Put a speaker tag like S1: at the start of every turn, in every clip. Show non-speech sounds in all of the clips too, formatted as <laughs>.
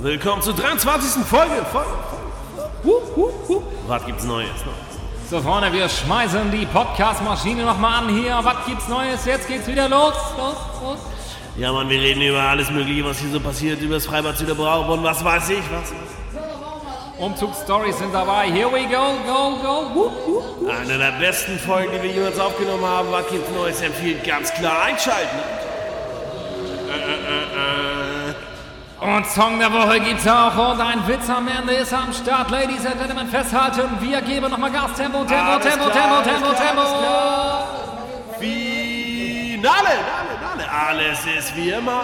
S1: Willkommen zur 23. Folge. Folge.
S2: Huh, huh, huh.
S1: Was gibt's Neues?
S2: So, Freunde, wir schmeißen die Podcast-Maschine nochmal an hier. Was gibt's Neues? Jetzt geht's wieder los. Los, los.
S1: Ja, Mann, wir reden über alles Mögliche, was hier so passiert, über das Freibad Süderbrauch und was weiß ich was.
S2: Umzugsstories sind dabei. Here we go, go, go. Huh, huh, huh.
S1: Eine der besten Folgen, die wir jemals aufgenommen haben, war Kind Neues empfiehlt. Ganz klar einschalten. Äh,
S2: Und Song der Woche gibt's auch. Und ein Witz am Ende ist am Start. Ladies and Gentlemen, festhalten. Wir geben nochmal Gas. Tempo, Tempo,
S1: Alles
S2: Tempo,
S1: klar,
S2: Tempo, Tempo,
S1: alles klar,
S2: Tempo.
S1: alles Finale, Finale, Finale. Alles ist wie immer.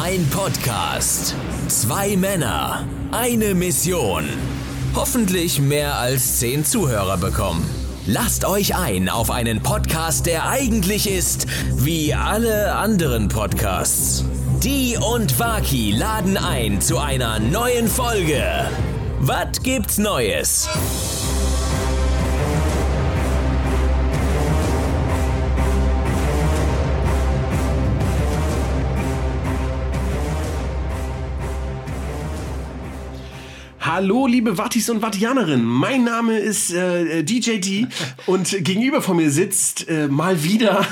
S3: Ein Podcast. Zwei Männer. Eine Mission. Hoffentlich mehr als zehn Zuhörer bekommen. Lasst euch ein auf einen Podcast, der eigentlich ist wie alle anderen Podcasts. Die und Waki laden ein zu einer neuen Folge. Was gibt's Neues?
S1: Hallo, liebe Wattis und Wattianerinnen. Mein Name ist äh, DJ D und gegenüber von mir sitzt äh, mal wieder,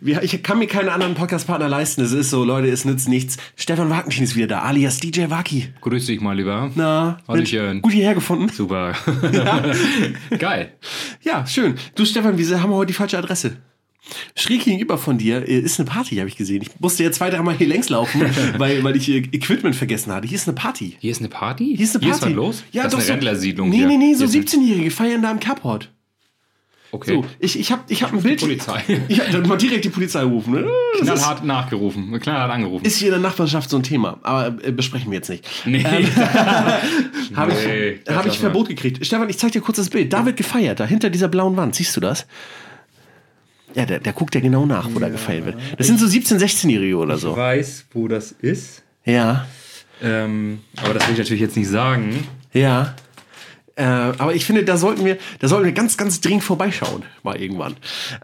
S1: wir- ich kann mir keinen anderen Podcast-Partner leisten. Es ist so, Leute, es nützt nichts. Stefan Wagentin ist wieder da, alias DJ Waki.
S2: Grüß dich mal lieber.
S1: Na,
S2: Hallöchen.
S1: gut hierher gefunden. <laughs>
S2: Super. Geil.
S1: Ja, schön. Du, Stefan, wir haben heute die falsche Adresse. Schräg gegenüber von dir äh, ist eine Party, habe ich gesehen. Ich musste jetzt zwei, dreimal hier
S2: <laughs>
S1: längs laufen, weil, weil ich äh, Equipment vergessen hatte. Hier ist eine Party.
S2: Hier ist eine Party?
S1: Hier ist eine Party.
S2: Hier ist was los?
S1: Ja,
S2: das
S1: doch
S2: ist eine
S1: so-
S2: Rentlersiedlung
S1: Nee,
S2: hier.
S1: nee, nee, so
S2: Hier ist eine-
S1: 17-Jährige feiern da im Carport.
S2: Okay.
S1: So, ich, ich habe ich hab ein Bild.
S2: Polizei.
S1: <laughs> Ja, dann mal direkt die Polizei rufen. Ne? Das ist,
S2: Knallhart nachgerufen. Knallhart angerufen.
S1: ist hier in der Nachbarschaft so ein Thema, aber äh, besprechen wir jetzt nicht.
S2: <laughs>
S1: <laughs>
S2: nee.
S1: Habe ich,
S2: Nee, das
S1: hab ich
S2: lassen wir.
S1: Verbot gekriegt. Stefan, ich zeig dir kurz das Bild. Da wird gefeiert, da hinter dieser blauen Wand. Siehst du das? Ja, der, der guckt ja genau nach, wo da gefeiert wird. Das sind so 17-, 16-Jährige oder
S4: Ich
S1: so.
S4: weiß, wo das ist.
S1: Ja,
S4: Ähm, aber das will ich natürlich jetzt nicht sagen.
S1: ja. Äh, aber ich finde, da sollten wir, da sollten wir ganz, ganz dringend vorbeischauen, mal irgendwann.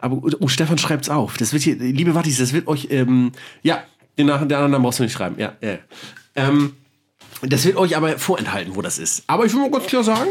S1: Aber oh, Stefan schreibt's auf. Das wird hier, liebe Wattis, das wird euch, ähm, ja, den, nach, den anderen brauchst du nicht schreiben. Ja, ja. Ähm, das wird euch aber vorenthalten, wo das ist. Aber ich will mal ganz klar sagen,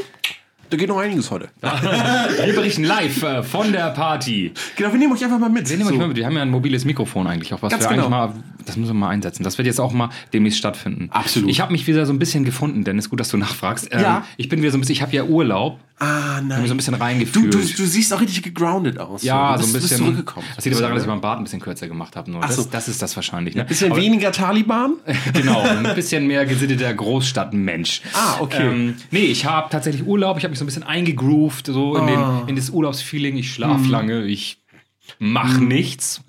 S1: da geht noch einiges heute.
S2: Wir berichten live äh, von der Party.
S1: Genau, wir nehmen euch einfach mal mit.
S2: Wir, nehmen euch
S1: So.
S2: mal mit. wir haben ja ein mobiles Mikrofon eigentlich, auch was
S1: Ganz
S2: wir
S1: genau.
S2: eigentlich mal, das müssen wir mal einsetzen. Das wird jetzt auch mal demnächst stattfinden.
S1: Absolut.
S2: Ich habe mich wieder so ein bisschen gefunden, Dennis, gut, dass du nachfragst. Ähm,
S1: Ja.
S2: Ich bin wieder so ein bisschen, ich habe ja Urlaub,
S1: Ah,
S2: bin
S1: nein.
S2: mir so ein bisschen
S1: du,
S2: reingefühlt.
S1: du, du siehst auch richtig gegroundet aus.
S2: ja,
S1: du
S2: so ein
S1: bist-
S2: bisschen.
S1: Bist zurückgekommen.
S2: Das liegt aber daran, dass ich meinen Bart ein bisschen kürzer gemacht habe. Nur. Das,
S1: so.
S2: das ist das wahrscheinlich. Ne?
S1: Bisschen
S2: aber,
S1: weniger Taliban?
S2: Genau, ein bisschen mehr gesitteter Großstadtmensch.
S1: Ah, okay.
S2: Ähm, nee, ich habe tatsächlich Urlaub, ich habe mich so ein bisschen eingegroovt, so in,
S1: Ah.
S2: den, in das Urlaubsfeeling. Ich
S1: Hm.
S2: schlafe lange, ich mach nichts.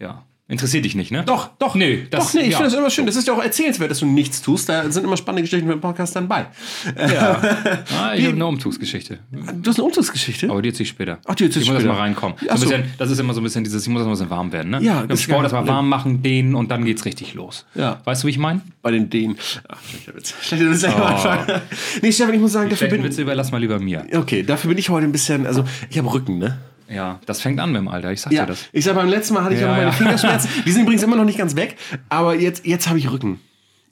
S2: Ja. Interessiert dich nicht, ne?
S1: Hm. Doch, doch.
S2: Nee, das,
S1: doch, nee, ich
S2: ja.
S1: finde das immer schön. Das ist ja auch erzählenswert, dass du nichts tust. Da sind immer spannende Geschichten mit dem Podcast dann bei.
S2: <laughs> Ah, ich habe eine Umzugsgeschichte.
S1: Du hast eine Umzugsgeschichte?
S2: Aber die erzähle ich später.
S1: Ach, die erzählst
S2: ich muss
S1: später.
S2: erst mal reinkommen. So
S1: Ach
S2: ein
S1: so.
S2: bisschen, das ist immer so ein bisschen dieses, ich muss erst mal ein bisschen warm werden, ne?
S1: Ja,
S2: Im
S1: das ist kein
S2: Sport erstmal
S1: Problem.
S2: warm machen, dehnen und dann geht's richtig los.
S1: Ja.
S2: Weißt du, wie ich meine?
S1: Bei den Dänen. Ach, schlechter Witz. Schlechter Witz. gleich am Anfang. <laughs> Nee, Stefan, ich muss sagen, dafür
S2: Oh. Schlechten
S1: bin,
S2: Witz überlass mal lieber mir.
S1: okay, dafür bin ich heute ein bisschen, also ich habe Rücken, ne?
S2: Ja, das fängt an mit dem Alter, ich sag
S1: Ja,
S2: dir das.
S1: ich sag, beim letzten Mal hatte ich ja,
S2: Ja,
S1: noch meine
S2: ja. <laughs>
S1: Fingerschmerzen. Die sind übrigens immer noch nicht ganz weg, aber jetzt, jetzt habe ich Rücken.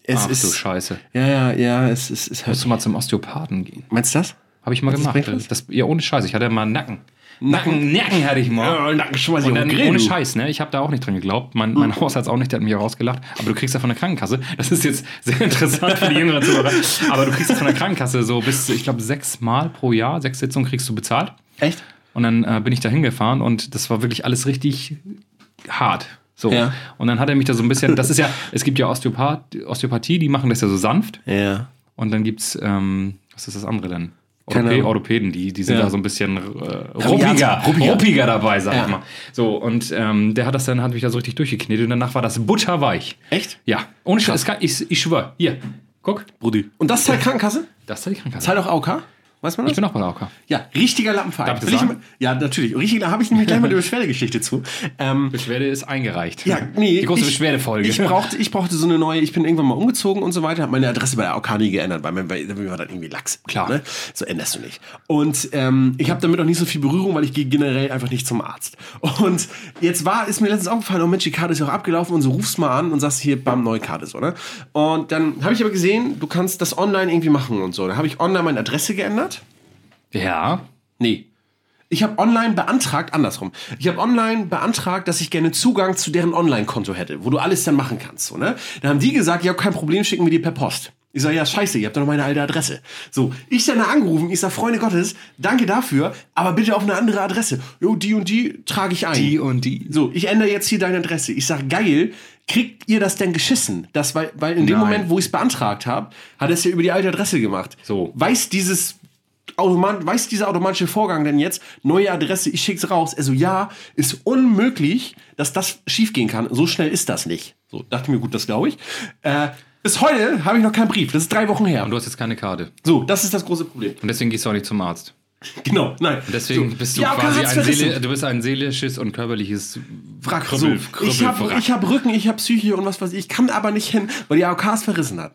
S1: Es
S2: Ach
S1: ist,
S2: du Scheiße.
S1: Ja, ja, ja, es ist, es
S2: Musst
S1: hört.
S2: du mal zum Osteopathen gehen.
S1: Meinst du das?
S2: Habe ich mal
S1: das
S2: gemacht.
S1: bringt was?
S2: Das, ja, ohne Scheiß. Ich hatte mal einen Nacken. Nacken, Nacken hatte ich mal.
S1: Ja, Nacken schmeiß ich
S2: Und
S1: auf
S2: dann,
S1: den Grill,
S2: ohne
S1: du. Hm.
S2: Scheiß, ne? Ich habe da auch nicht dran geglaubt. Mein, mein Hausarzt auch nicht, der hat mich rausgelacht. Aber du kriegst ja von der Krankenkasse, das ist jetzt sehr interessant für die jüngeren Zuhörer, aber du kriegst das von der Krankenkasse so bis, ich glaube, sechs Mal pro Jahr, sechs Sitzungen kriegst du bezahlt.
S1: Echt?
S2: Und dann äh, bin ich da hingefahren und das war wirklich alles richtig hart. So.
S1: Ja.
S2: Und dann hat er mich da so ein bisschen, das ist ja, es gibt ja Osteopath, Osteopathie, die machen das ja so sanft.
S1: Ja.
S2: Und dann gibt's, ähm, was ist das andere denn?
S1: Keine
S2: Orthopä
S1: Ahnung.
S2: Orthopäden, die, die sind
S1: Ja.
S2: da so ein bisschen äh, ruppiger,
S1: ruppiger.
S2: ruppiger. dabei, sag
S1: Ja.
S2: ich mal. So, und ähm, der hat das dann, hat mich da so richtig durchgeknetet und danach war das butterweich.
S1: Echt?
S2: Ja, ohne Scheiß, es kann- ich, ich schwör. Hier, guck,
S1: Brudi. Und das zahlt Krankenkasse?
S2: das ist die Krankenkasse.
S1: Zahlt auch AOK? Weiß man das?
S2: Ich bin auch Balauka.
S1: Ja, richtiger Lappenverein.
S2: Darf ich das
S1: Will
S2: sagen?
S1: mal- ja, natürlich. Richtig, da habe ich nämlich gleich
S2: <laughs>
S1: mal eine Beschwerdegeschichte zu. Ähm,
S2: Beschwerde ist eingereicht.
S1: ja, nee,
S2: Die große
S1: ich-
S2: Beschwerdefolge.
S1: Ich brauchte, ich brauchte so eine neue, ich bin irgendwann mal umgezogen und so weiter, habe meine Adresse bei der AOK nie geändert, weil mir, weil mir war dann irgendwie Lachs.
S2: Klar.
S1: Ne? So änderst du nicht. Und ähm, ich habe damit auch nicht so viel Berührung, weil ich gehe generell einfach nicht zum Arzt. Und jetzt war, ist mir letztens aufgefallen, oh Mensch, die Karte ist ja auch abgelaufen und so rufst mal an und sagst hier, bam, neue Karte so, ne? Und dann habe ich aber gesehen, du kannst das online irgendwie machen und so. Da habe ich online meine Adresse geändert.
S2: ja.
S1: Nee. Ich habe online beantragt, andersrum. Ich habe online beantragt, dass ich gerne Zugang zu deren Online-Konto hätte, wo du alles dann machen kannst. So, ne? Dann haben die gesagt, ja, kein Problem, schicken wir dir per Post. Ich sage, ja, scheiße, ihr habt doch noch meine alte Adresse. So, ich dann da angerufen, ich sage, Freunde Gottes, danke dafür, aber bitte auf eine andere Adresse. Jo, die und die trage ich ein.
S2: Die und die.
S1: So, ich ändere jetzt hier deine Adresse. Ich sage, geil, kriegt ihr das denn geschissen? Das, weil, weil in dem
S2: Nein.
S1: Moment, wo ich es beantragt habe, hat er es ja über die alte Adresse gemacht.
S2: So.
S1: Weiß dieses Automat, weiß dieser automatische Vorgang denn jetzt? Neue Adresse, ich schick's raus. Also ja, ist unmöglich, dass das schiefgehen kann. So schnell ist das nicht. So, dachte ich mir, gut, das glaube ich. Äh, bis heute habe ich noch keinen Brief. Das ist drei Wochen her.
S2: Und du hast jetzt keine Karte.
S1: So, das ist das große Problem.
S2: Und deswegen gehst du auch nicht zum Arzt.
S1: Genau, nein.
S2: Deswegen
S1: so.
S2: bist du
S1: Ja, okay,
S2: quasi
S1: hat's
S2: ein,
S1: verrissen.
S2: Seele, du bist ein seelisches und körperliches
S1: Wrack.
S2: Krüppel,
S1: so,
S2: Krüppel,
S1: ich habe ich hab Rücken, ich habe Psyche und was weiß ich. Ich kann aber nicht hin, weil die AOK es verrissen hat.
S2: <laughs>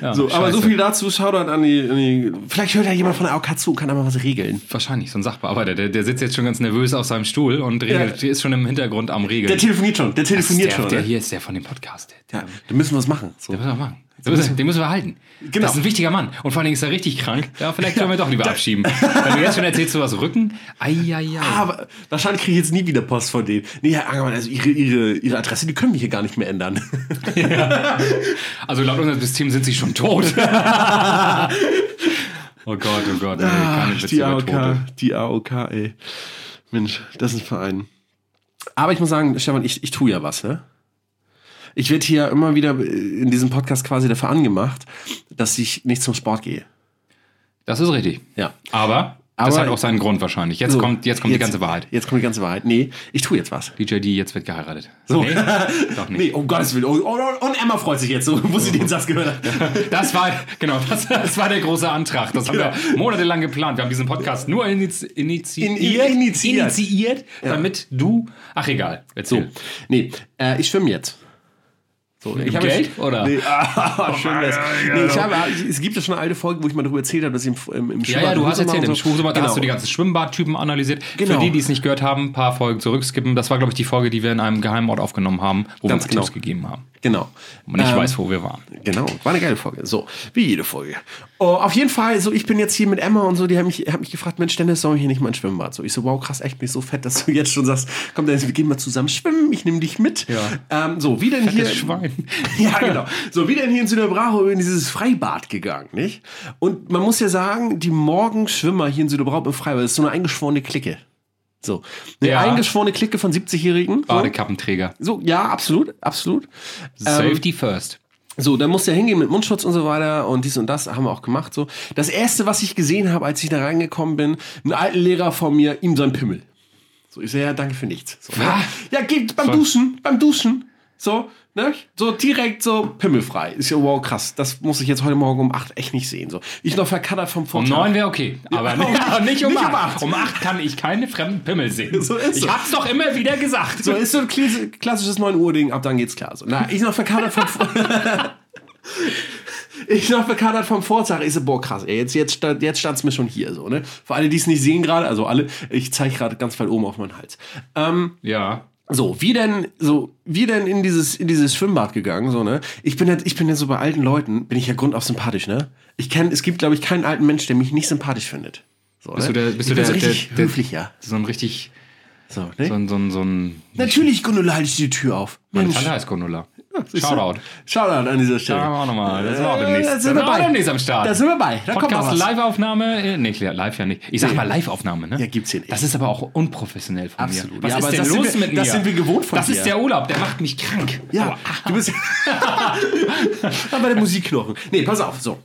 S1: Nein. so, aber so
S2: scheiße.
S1: viel dazu. Shoutout an die, an die. Vielleicht hört ja jemand von der AOK zu und kann da mal was regeln.
S2: Wahrscheinlich, so ein Sachbearbeiter. Der, der sitzt jetzt schon ganz nervös auf seinem Stuhl und regelt, ist schon im Hintergrund am Regeln.
S1: Der telefoniert schon. Der
S2: Das ist
S1: telefoniert
S2: der,
S1: schon.
S2: Der
S1: ne?
S2: hier ist der von dem Podcast. Der,
S1: Ja, da müssen wir was machen. So.
S2: der müssen wir machen. Den müssen, den müssen wir halten.
S1: Genau.
S2: Das ist ein wichtiger Mann. Und vor allen Dingen ist er richtig krank. Ja, vielleicht können wir doch lieber abschieben. Wenn du jetzt schon erzählst, du was Rücken. Eieiei.
S1: Ah, Aber wahrscheinlich kriege ich jetzt nie wieder Post von denen. Nee, Herr Angermann, also ihre, ihre, ihre Adresse, die können wir hier gar nicht mehr ändern.
S2: Also laut unserem System sind sie schon tot.
S1: <laughs>
S2: oh Gott, oh Gott. Nee, keine Witze
S1: Ah, die
S2: über Tote.
S1: AOK, die AOK, ey. Mensch, das ist ein Verein. Aber ich muss sagen, Stefan, ich, ich tue ja was, ne? Ich werde hier immer wieder äh, in diesem Podcast quasi dafür angemacht, dass ich nicht zum Sport gehe.
S2: Das ist richtig.
S1: Ja.
S2: Aber, das
S1: Aber-
S2: hat auch seinen Grund wahrscheinlich. Jetzt
S1: So,
S2: kommt, jetzt kommt die ganze Wahrheit.
S1: Jetzt kommt die ganze Wahrheit. Nee, ich tue jetzt was.
S2: DJ D, jetzt wird geheiratet.
S1: So.
S2: Nee, Oh. doch nicht.
S1: Nee, um Gottes Willen. Und, und, und Emma freut sich jetzt, so, wo sie den Satz gehört hat.
S2: <laughs> Das war, genau, das, das war der große Antrag. Das
S1: Genau.
S2: haben wir monatelang geplant. Wir haben diesen Podcast nur iniz, inizi,
S1: In- initiiert.
S2: initiiert, damit du, ach egal,
S1: So,
S2: erzähl.
S1: nee, äh, ich schwimme jetzt. So, ich
S2: Im
S1: habe-
S2: Geld, oder?
S1: Nee, <laughs> ah, schön wär's. Nee, ich habe, es gibt ja schon eine alte Folge, wo ich mal darüber erzählt habe, dass ich im, im, im
S2: Ja,
S1: Schwimmbad
S2: ja, du hast
S1: Husumer
S2: erzählt,
S1: und
S2: im Schwuchsommer, da
S1: Genau.
S2: hast du die ganzen Schwimmbadtypen analysiert. Für
S1: Genau.
S2: die, die es nicht gehört haben, ein paar Folgen zurückskippen. Das war, glaube ich, die Folge, die wir in einem Geheimort aufgenommen haben, wo
S1: Ganz
S2: wir uns
S1: genau.
S2: Tipps gegeben haben.
S1: Genau.
S2: Und ich
S1: Ähm,
S2: weiß, wo wir waren.
S1: Genau, war eine geile Folge. So, wie jede Folge. Oh, auf jeden Fall, so ich bin jetzt hier mit Emma und so, die hat mich, hat mich gefragt, Mensch, Dennis, sollen wir hier nicht mal ins Schwimmbad? So, ich so, wow, krass, echt, bin ich so fett, dass du jetzt schon sagst, komm Dennis, wir gehen mal zusammen schwimmen, ich nehme dich mit. Ähm, so, wie denn hier...
S2: Das Schwein.
S1: <laughs> Ja, genau. So, wie denn hier in Süderbrau in dieses Freibad gegangen, nicht? Und man muss ja sagen, die Morgenschwimmer hier in Süderbrau im Freibad, das ist so eine eingeschworene Clique. So. Eine
S2: Ja.
S1: eingeschworene Clique von 70-Jährigen. So.
S2: Badekappenträger.
S1: so, ja, absolut, absolut.
S2: Safety first.
S1: So, dann musst du ja hingehen mit Mundschutz und so weiter und dies und das haben wir auch gemacht. So, das erste, was ich gesehen habe, als ich da reingekommen bin, einen alten Lehrer von mir, ihm sein Pimmel. So, ich sage ja, danke für nichts. So, ne?
S2: Was?
S1: Ja, geht beim Duschen, beim Duschen. So, ne? So direkt so pimmelfrei. Ist ja wow krass. Das muss ich jetzt heute Morgen um 8 echt nicht sehen. So, ich noch verkattert vom
S2: Um
S1: Vortag.
S2: neun wäre okay,
S1: <laughs>
S2: aber <laughs>
S1: Ja,
S2: nicht um
S1: nicht um
S2: acht.
S1: acht.
S2: Um acht kann ich keine fremden Pimmel sehen.
S1: <laughs> So ist
S2: ich
S1: es.
S2: hab's doch immer wieder gesagt.
S1: So, ist so ein kli- klassisches 9 Uhr Ding, ab dann geht's klar. So, na, ich noch verkatert vom <laughs> Ich noch verkatert vom Vortag. Ich so, boah, krass, ey, jetzt, jetzt, stand- jetzt stand's mir schon hier, so, ne? Für alle, die es nicht sehen gerade, also alle, ich zeige gerade ganz weit oben auf meinen Hals. Ähm,
S2: Ja.
S1: so, wie denn, so, wie denn in dieses, in dieses Schwimmbad gegangen, so, ne? Ich bin ja, ich bin ja so bei alten Leuten, bin ich ja grundauf sympathisch, ne? Ich kenne, es gibt, glaube ich, keinen alten Mensch, der mich nicht sympathisch findet. So,
S2: Bist
S1: ne?
S2: du der, bist
S1: ich
S2: du
S1: bin
S2: der,
S1: so
S2: der,
S1: richtig
S2: der,
S1: höflich, ja.
S2: So ein richtig,
S1: So, ne?
S2: so ein, so ein, so ein
S1: Natürlich, Gundula, halte ich die Tür auf.
S2: meine
S1: Mensch.
S2: Tante heißt Gundula.
S1: Siehst du?
S2: Shoutout.
S1: Shoutout an dieser Stelle.
S2: Da haben wir auch nochmal. Das war auch
S1: Äh,
S2: demnächst.
S1: Da sind wir
S2: Das war auch
S1: bei.
S2: demnächst am Start.
S1: Da sind wir bei. Da kommt mal
S2: Podcast
S1: was.
S2: Live-Aufnahme, äh, nee, live ja nicht. Ich sag mal Live-Aufnahme, ne?
S1: Ja, gibt's hier nicht.
S2: Das ist aber auch unprofessionell von
S1: Absolut.
S2: mir. Was
S1: Ja,
S2: ist
S1: aber
S2: denn
S1: das sind
S2: los
S1: wir-
S2: mit mir?
S1: das sind wir gewohnt von
S2: Das
S1: dir.
S2: ist der Urlaub, der macht mich krank.
S1: Ja, du bist. <laughs> Aber der Musikknochen. Nee, pass auf, so.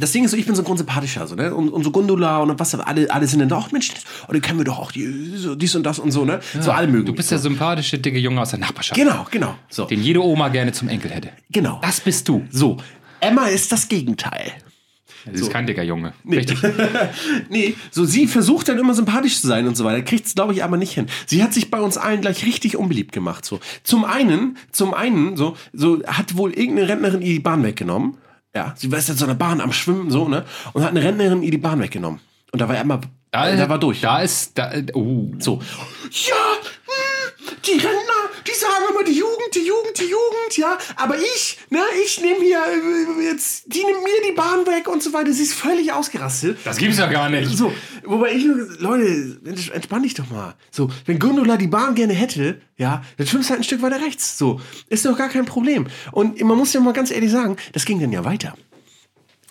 S1: Das Ding ist so, ich bin so ein grundsympathischer, so, ne? Und, und so Gundula und was, alle, alle sind dann doch, Mensch, und die können wir doch auch die, so, dies und das und so, ne? so alle mögen.
S2: Du bist der sympathische, dicke Junge aus der Nachbarschaft,
S1: Genau, genau. So,
S2: den jede Oma gerne zum Enkel hätte.
S1: genau.
S2: Das bist du.
S1: So, Emma ist das Gegenteil.
S2: Sie ist kein dicker Junge.
S1: <laughs>
S2: Richtig.
S1: Nee, so sie versucht dann immer sympathisch zu sein und so weiter, kriegt es glaube ich aber nicht hin. Sie hat sich bei uns allen gleich richtig unbeliebt gemacht so. Zum einen, zum einen so so hat wohl irgendeine Rentnerin ihr die Bahn weggenommen. Ja, sie war jetzt in so einer Bahn am schwimmen so, ne? Und hat eine Rentnerin ihr die Bahn weggenommen. Und da war er immer da war durch.
S2: Da ist, da, oh.
S1: So. Ja, hm, die Rentner, die sagen immer die Jugend, die Jugend, die Jugend, ja. Aber ich, ne, ich nehme hier äh, jetzt, die nimmt mir die Bahn weg und so weiter. Sie ist völlig ausgerastet.
S2: Das gibt's ja gar nicht.
S1: So, wobei ich nur, ges- Leute, ents- entspann dich doch mal. So, wenn Gundula die Bahn gerne hätte, ja, dann schwimmst du halt ein Stück weiter rechts. So, ist doch gar kein Problem. Und man muss ja mal ganz ehrlich sagen, das ging dann ja weiter.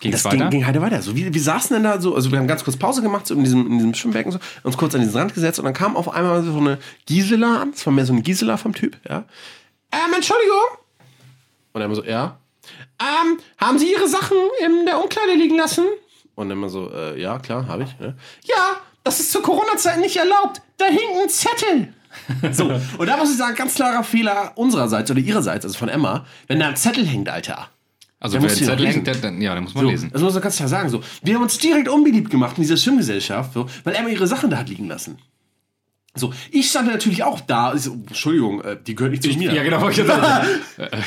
S2: Ging's
S1: das ging,
S2: weiter?
S1: ging halt weiter. So, wir, wir saßen dann da so, also wir haben ganz kurz Pause gemacht so in, diesem, in diesem Schwimmbecken, so, uns kurz an diesen Rand gesetzt und dann kam auf einmal so eine Gisela an. Es war mehr so eine Gisela vom Typ, ja. Ähm, Entschuldigung. Und dann immer so, ja. Ähm, haben Sie Ihre Sachen in der Umkleide liegen lassen? Und dann immer so, äh, ja, klar, habe ich. Ne? Ja, das ist zur Corona-Zeit nicht erlaubt. Da hinten ein Zettel. So, und da muss ich sagen, ganz klarer Fehler unsererseits oder ihrerseits, also von Emma, wenn da ein Zettel hängt, Alter.
S2: Also,
S1: Da
S2: wer
S1: musst du
S2: den
S1: ja
S2: Zettel
S1: lesen.
S2: hängt, der, dann, ja, den muss man
S1: So,
S2: lesen.
S1: Das muss man ganz klar sagen. So. Wir haben uns direkt unbeliebt gemacht in dieser Schwimmgesellschaft, so, weil Emma ihre Sachen da hat liegen lassen. So, ich stand natürlich auch da. Ich So, Entschuldigung, äh, die gehört nicht zu mir.
S2: Ja, genau. wollte ich gerade <laughs> sagen.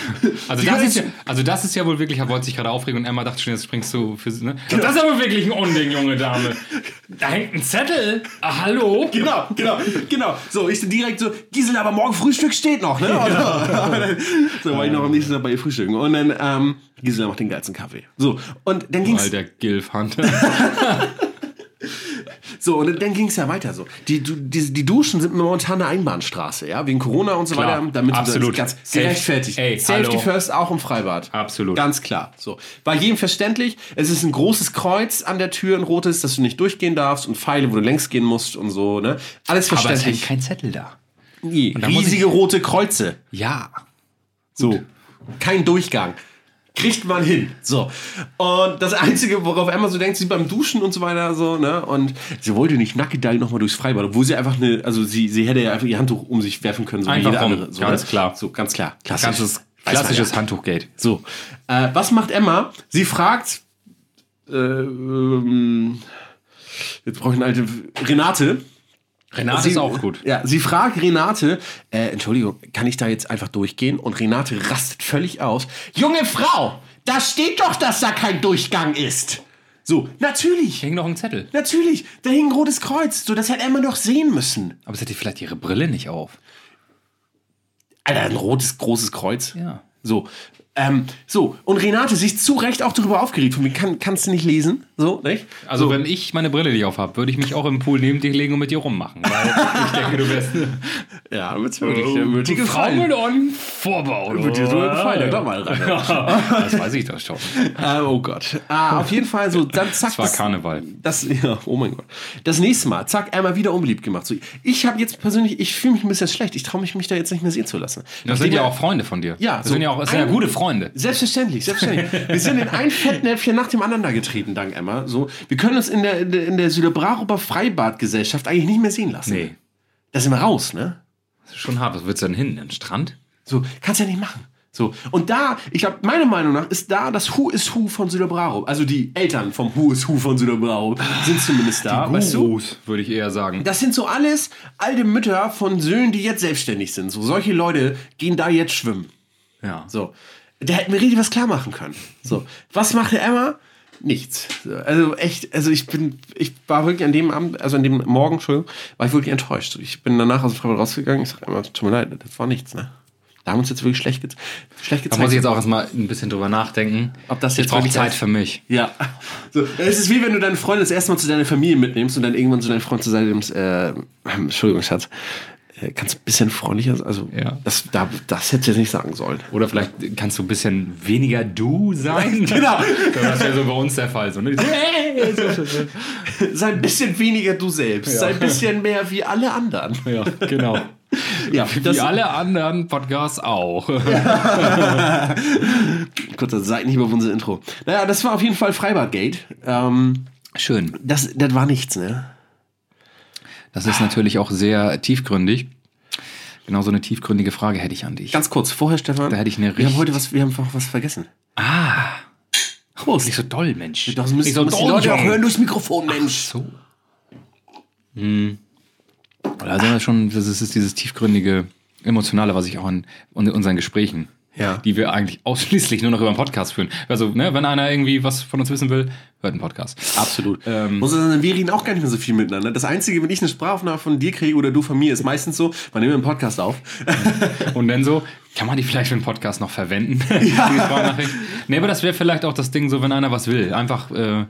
S2: also, das
S1: können
S2: ist ja,
S1: jetzt-
S2: also, das ist ja wohl wirklich, er wollte sich gerade aufregen und Emma dachte schon, jetzt springst du für <laughs> ne? Das ist aber wirklich ein Unding, junge Dame. Da hängt ein Zettel. Ah, hallo?
S1: Genau, genau, genau. So, ich direkt so, Gisela, aber morgen Frühstück
S2: <laughs>
S1: steht noch, ne? Also, <laughs> so, war ich noch am nächsten Tag bei ihr frühstücken. Und dann, ähm, Gisela macht den geilsten Kaffee. So, und dann ging's,
S2: Oh, Alter Gilf Hunter.
S1: so, und dann ging's ja weiter so. Die, du- die, die Duschen sind momentan eine Einbahnstraße, ja? Wegen Corona und so
S2: Klar,
S1: weiter. Damit
S2: absolut.
S1: ganz
S2: Safe-
S1: gerechtfertigt.
S2: ey,
S1: Safety
S2: hallo.
S1: first, auch im Freibad.
S2: Absolut.
S1: Ganz klar. So. War jedem verständlich. Es ist ein großes Kreuz an der Tür, ein rotes, dass du nicht durchgehen darfst und Pfeile, wo du längs gehen musst und so, ne? Alles
S2: Aber es hängt
S1: verständlich.
S2: kein Zettel da.
S1: Nee,
S2: da muss
S1: riesige rote Kreuze.
S2: Ja.
S1: So. Kein Durchgang. Kriegt man hin. So. Und das Einzige, worauf Emma so denkt, sie beim Duschen und so weiter, so, ne? Und sie wollte nicht nackig da nochmal durchs Freibad, obwohl sie einfach eine, also sie, sie hätte ja einfach ihr Handtuch um sich werfen können, so wie
S2: Einfach
S1: jeder
S2: rum.
S1: andere. So,
S2: Ganz
S1: ne?
S2: klar.
S1: So, ganz klar. Klassisch.
S2: Ganzes
S1: Weiß man
S2: klassisches
S1: ja.
S2: Handtuchgate.
S1: So. Äh, was macht Emma? Sie fragt, äh, ähm, jetzt brauche ich eine alte, Renate.
S2: Renate ist auch gut.
S1: Ja, sie fragt Renate, äh, Entschuldigung, kann ich da jetzt einfach durchgehen? Und Renate rastet völlig aus. Junge Frau, da steht doch, dass da kein Durchgang ist. So, natürlich,
S2: Hängt noch ein Zettel.
S1: natürlich, da hing ein rotes Kreuz. So, das hätte Emma doch sehen müssen.
S2: Aber sie hat die vielleicht ihre Brille nicht auf.
S1: Alter, ein rotes, großes Kreuz.
S2: Ja.
S1: So. Ähm, so, und Renate sich zu Recht auch darüber aufgeregt, von mir kann, kannst du nicht lesen, so, nicht?
S2: Also wenn ich meine Brille nicht auf habe, würde ich mich auch im Pool neben dir legen und mit dir rummachen. <laughs> Weil ich denke, du wärst eine
S1: Ja, wird's wirklich,
S2: äh, Oh,
S1: äh, wird dir
S2: Frau
S1: gefallen.
S2: mit einem Vorbau.
S1: Wird dir sogar gefallen, ja, glaub mal dran.
S2: <laughs> Das weiß ich doch schon.
S1: Ah, oh Gott. Ah, auf jeden Fall so, dann zack.
S2: Das war Karneval.
S1: Das, ja, oh mein Gott. Das nächste Mal, zack, einmal wieder unbeliebt gemacht. So, ich habe jetzt persönlich, ich fühle mich ein bisschen schlecht. Ich traue mich, mich da jetzt nicht mehr sehen zu lassen.
S2: Das sind ja auch Freunde von dir.
S1: Ja,
S2: das
S1: so
S2: sind ja auch das sind ja
S1: ein-
S2: gute Freunde.
S1: Selbstverständlich, selbstverständlich. Wir sind in ein Fettnäpfchen nach dem anderen da getreten, dank Emma. So, wir können uns in der, in der, in der Südebrarober Freibadgesellschaft eigentlich nicht mehr sehen lassen.
S2: Nee.
S1: Da sind wir raus, ne?
S2: Das ist schon hart. Was willst du denn hin? An den Strand?
S1: So, kannst ja nicht machen. So, und da, ich glaube, meiner Meinung nach ist da das Who is Who von Süderbraro. Also die Eltern vom Who is Who von Süderbraro sind zumindest da, weißt du?
S2: würde ich eher sagen.
S1: Das sind so alles alte Mütter von Söhnen, die jetzt selbstständig sind. So, solche Leute gehen da jetzt schwimmen.
S2: Ja.
S1: So, da hätten wir richtig was klar machen können. So, was machte Emma? Nichts. So, Also echt, also ich bin, ich war wirklich an dem Abend, also an dem Morgen, Entschuldigung, war ich wirklich enttäuscht. Ich bin danach aus dem Freibad rausgegangen, ich sag Emma, tut mir leid, das war nichts, ne? Da haben uns jetzt wirklich schlecht, ge schlecht
S2: Da
S1: gezeigt.
S2: muss ich jetzt auch erstmal ein bisschen drüber nachdenken.
S1: Ob das jetzt
S2: ich brauche
S1: wirklich
S2: Zeit
S1: ist?
S2: für mich.
S1: Ja. So, es ist wie wenn du deinen Freund das erste Mal zu deiner Familie mitnimmst und dann irgendwann zu deinem Freund zu sagen, nimmst, äh, <clears throat> Entschuldigung, Schatz, äh, kannst du ein bisschen freundlicher sein? Also,
S2: Ja.
S1: das, da, das hättest du jetzt nicht sagen sollen.
S2: Oder vielleicht kannst du ein bisschen weniger du
S1: <laughs>
S2: sein. genau. <laughs> Das wäre so bei uns der Fall. So, ne?
S1: Sei ein bisschen weniger du selbst. Sei ein bisschen mehr wie alle anderen.
S2: ja, genau.
S1: Ja,
S2: <laughs> Wie alle anderen Podcasts auch.
S1: Gott, das seid nicht über unser Intro. Naja, das war auf jeden Fall Freibadgate. Ähm,
S2: Schön.
S1: das, das war nichts, ne?
S2: Das ist natürlich auch sehr tiefgründig. Genau so eine tiefgründige Frage hätte ich an dich.
S1: Ganz kurz, vorher, Stefan.
S2: Da hätte ich eine
S1: wir haben
S2: richtig-
S1: heute was, wir haben noch was vergessen.
S2: ah.
S1: Prost.
S2: Nicht so doll, Mensch.
S1: Das müssen,
S2: Nicht so
S1: müssen die
S2: doll,
S1: Leute auch
S2: Junge.
S1: hören durchs Mikrofon, Mensch.
S2: So. Hm. Da sind wir schon, das ist, ist dieses tiefgründige, emotionale, was ich auch an in unseren Gesprächen,
S1: Ja.
S2: die wir eigentlich ausschließlich nur noch über einen Podcast führen. Also, ne, wenn einer irgendwie was von uns wissen will, hört einen Podcast.
S1: Absolut.
S2: Ähm.
S1: Muss es sein, wir reden auch gar nicht mehr so viel miteinander. Das Einzige, wenn ich eine Sprachaufnahme von dir kriege oder du von mir, ist meistens so, man nimmt einen Podcast auf.
S2: Und dann so, kann man die vielleicht für einen Podcast noch verwenden? <laughs> Die Sprachnachricht. nee, aber das wäre vielleicht auch das Ding, so wenn einer was will. Einfach, äh,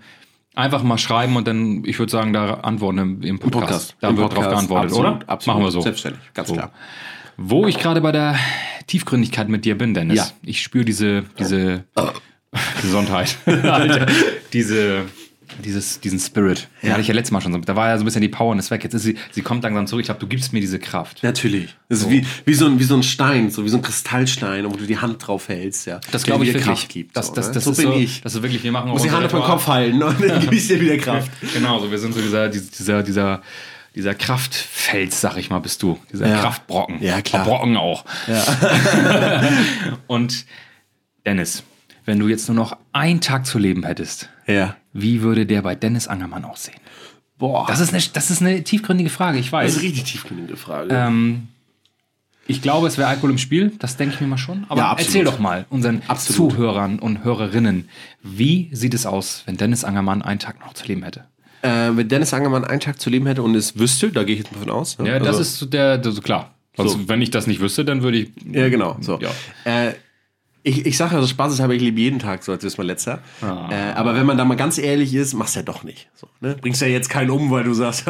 S2: einfach mal schreiben und dann, ich würde sagen, da antworten im, im Podcast. Da
S1: Im
S2: wird drauf
S1: Podcast.
S2: geantwortet,
S1: absolut,
S2: oder?
S1: Absolut.
S2: Machen wir so.
S1: Selbstverständlich, ganz
S2: so.
S1: klar.
S2: Wo ich gerade bei der Tiefgründigkeit mit dir bin, Dennis.
S1: Ja. Oh.
S2: Ich spüre diese, diese
S1: <laughs>
S2: Gesundheit. Alter. Diese, dieses, diesen Spirit. Den hatte ich ja letztes Mal schon so. Da war ja so ein bisschen die Power und ist weg. Jetzt ist sie, sie kommt langsam zurück. Ich glaube, du gibst mir diese Kraft.
S1: Natürlich. Das ist wie, wie, so ein, wie so ein Stein, so wie so ein Kristallstein, wo du die Hand drauf hältst. Ja.
S2: Das
S1: Der
S2: glaube ich
S1: dir
S2: wirklich.
S1: Kraft gibt,
S2: das,
S1: so,
S2: das,
S1: ne?
S2: das
S1: so
S2: ist
S1: bin
S2: so,
S1: ich.
S2: Das ist wirklich, wir machen
S1: Muss die
S2: unsere
S1: Hand auf den Kopf halten ne? und
S2: <laughs>
S1: dann gebe ich dir wieder Kraft.
S2: Genau, so wir sind so dieser, dies- dieser, dieser, dieser Kraftfels, sag ich mal, bist du. Dieser
S1: Ja.
S2: Kraftbrocken.
S1: Ja, klar.
S2: Brocken auch. <laughs> Und Dennis, wenn du jetzt nur noch einen Tag zu leben hättest,
S1: Ja.
S2: wie würde der bei Dennis Angermann aussehen?
S1: Boah.
S2: Das ist eine, das ist eine tiefgründige Frage, ich
S1: Das ist
S2: weiß.
S1: eine richtig tiefgründige Frage.
S2: Ähm, ich glaube, es wäre Alkohol im Spiel, das denke ich mir mal schon. Aber
S1: Ja, absolut.
S2: erzähl doch mal unseren
S1: Absolut.
S2: Zuhörern und Hörerinnen, wie sieht es aus, wenn Dennis Angermann einen Tag noch zu leben hätte?
S1: Äh, wenn Dennis Angermann einen Tag zu leben hätte und es wüsste, da gehe ich jetzt mal von aus. ne?
S2: Ja, das
S1: Also-
S2: ist so der, der so klar. Sonst,
S1: So.
S2: Wenn ich das nicht wüsste, dann würde ich.
S1: Ja, genau. So.
S2: Ja.
S1: Äh, ich, ich sage also ja so spaßeshalber, ich lebe jeden Tag, so als wär's mein letzter.
S2: Ah.
S1: Äh, aber wenn man da mal ganz ehrlich ist, machst du ja doch nicht. So, ne? Bringst ja jetzt keinen um, weil du sagst,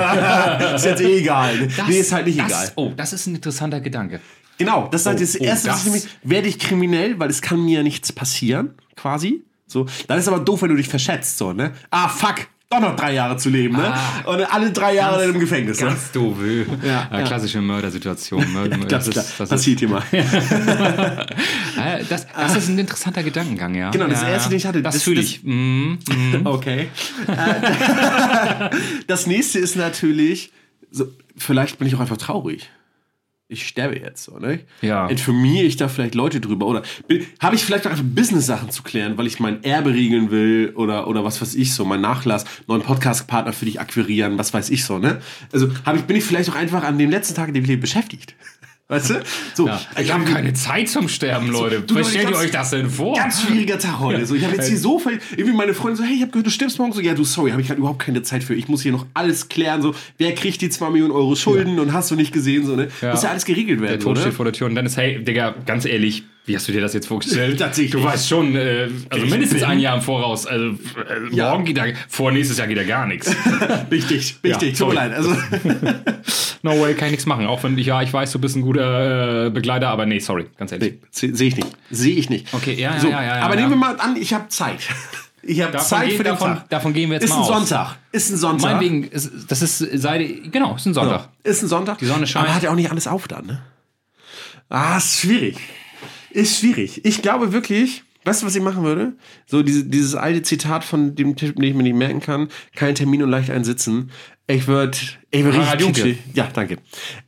S1: <laughs> ist jetzt eh egal. nee, ist halt nicht
S2: das,
S1: egal.
S2: Oh, das ist ein interessanter Gedanke.
S1: Genau, das ist halt das
S2: oh,
S1: Erste, was ich
S2: das.
S1: nämlich, werde ich kriminell, weil es kann mir ja nichts passieren, quasi. So, dann ist aber doof, wenn du dich verschätzt, so, ne? Ah, fuck, doch noch drei Jahre zu leben, ne? Und alle drei Jahre dann im Gefängnis, ne?
S2: Ah, Ganz doof.
S1: Ja,
S2: Ja,
S1: ja.
S2: Klassische Mördersituation. ne? <laughs> Mörder,
S1: Das, das, das passiert
S2: <laughs>
S1: dir mal.
S2: Ah, das, das ist ein interessanter Gedankengang, ja.
S1: Genau, das
S2: ja,
S1: erste, den ich hatte,
S2: Das,
S1: das-
S2: fühle
S1: das-
S2: ich. Mhm. <laughs>
S1: Okay. Äh, das nächste ist natürlich, so, vielleicht bin ich auch einfach traurig. Ich sterbe jetzt, so, ne?
S2: Ja.
S1: Informiere ich da vielleicht Leute drüber? Oder bin- habe ich vielleicht auch einfach Business-Sachen zu klären, weil ich mein Erbe regeln will oder, oder was weiß ich so, mein Nachlass, neuen Podcast-Partner für dich akquirieren, was weiß ich so, ne? Also hab ich, bin ich vielleicht auch einfach an dem letzten Tag in dem Leben beschäftigt. <laughs> Weißt du? So,
S2: Ich habe keine Zeit zum Sterben, Leute.
S1: du,
S2: Was stellt ihr
S1: ganz-
S2: euch das denn vor? Äh.
S1: Ganz schwieriger Tag heute. So, ich habe jetzt hier so viel. Irgendwie meine Freundin so, hey, ich habe gehört, du stirbst morgen. So, ja, du, sorry, habe ich gerade überhaupt keine Zeit für. Ich muss hier noch alles klären. So, wer kriegt die 2 Millionen Euro Schulden und hast du nicht gesehen? So, ne? Muss ja alles geregelt
S2: Der
S1: werden,
S2: Tod
S1: Äh, oder?
S2: steht vor der Tür und dann ist, hey, Digga, ganz ehrlich, wie hast du dir das jetzt vorgestellt?
S1: <laughs> Tatsächlich.
S2: Du weißt schon, äh, also mindestens
S1: bin-
S2: ein Jahr im Voraus. Also, äh,
S1: Ja.
S2: morgen geht da, vor nächstes Jahr geht da gar
S1: <laughs>
S2: nichts.
S1: Wichtig, wichtig.
S2: Ja,
S1: Tut mir
S2: sorry.
S1: leid. Also,
S2: No way, kann ich nichts machen. Auch wenn ich, ja, ich weiß, du bist ein guter äh, Begleiter, aber nee, sorry, ganz ehrlich.
S1: nee, <laughs> se- sehe ich nicht. Sehe ich nicht.
S2: Okay, ja, ja,
S1: so,
S2: ja, ja, ja,
S1: Aber
S2: ja.
S1: nehmen wir mal an, ich habe Zeit. Ich habe
S2: Davon
S1: Zeit
S2: gehen-
S1: für den
S2: davon-
S1: Tag.
S2: davon gehen wir jetzt
S1: ist
S2: mal
S1: ein
S2: aus.
S1: Sonntag. Ist ein Sonntag.
S2: Meinetwegen, es- das ist, sei, genau, es ist ein Sonntag.
S1: Ist ein Sonntag. Die
S2: Sonne scheint.
S1: Aber hat ja auch nicht alles auf dann, ne? Ah, ist schwierig. Ist schwierig. Ich glaube wirklich, weißt du, was ich machen würde? So diese, dieses alte Zitat von dem Typen, den ich mir nicht merken kann. Kein Termin und leicht einsitzen. Ich würde ich würd richtig
S2: Harald Junke.
S1: kitschig. Ja, danke.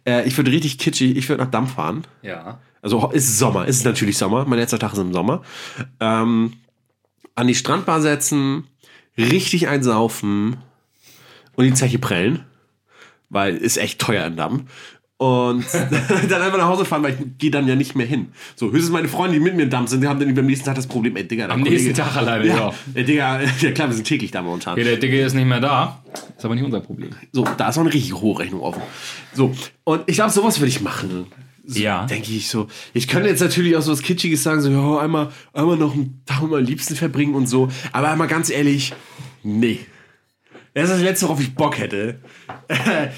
S1: Äh, ich würde richtig kitschig, ich würde nach Dampf fahren.
S2: Ja.
S1: Also ho- ist Sommer, ist natürlich Sommer. Mein letzter Tag ist im Sommer. Ähm, an die Strandbar setzen, richtig einsaufen und die Zeche prellen, weil ist echt teuer in Damm. Und <laughs> dann einfach nach Hause fahren, weil ich gehe dann ja nicht mehr hin. So, höchstens meine Freunde, die mit mir in Damm sind, die haben dann beim nächsten Tag das Problem, ey, Digga, der
S2: Am nächsten Tag alleine,
S1: <laughs> ja.
S2: ja. Genau.
S1: Ey, Digga, ja klar, wir sind täglich da momentan.
S2: Okay, der Dicke ist nicht mehr da. Ist aber nicht unser Problem.
S1: So, da ist noch eine richtig hohe Rechnung offen. So, und ich glaube, sowas würde ich machen. So,
S2: Ja.
S1: Denke ich so. Ich könnte jetzt natürlich auch so was Kitschiges sagen, so, ja, einmal, einmal noch einen Tag mit meinem Liebsten verbringen und so. Aber einmal ganz ehrlich, nee. Das ist das Letzte, worauf ich Bock hätte.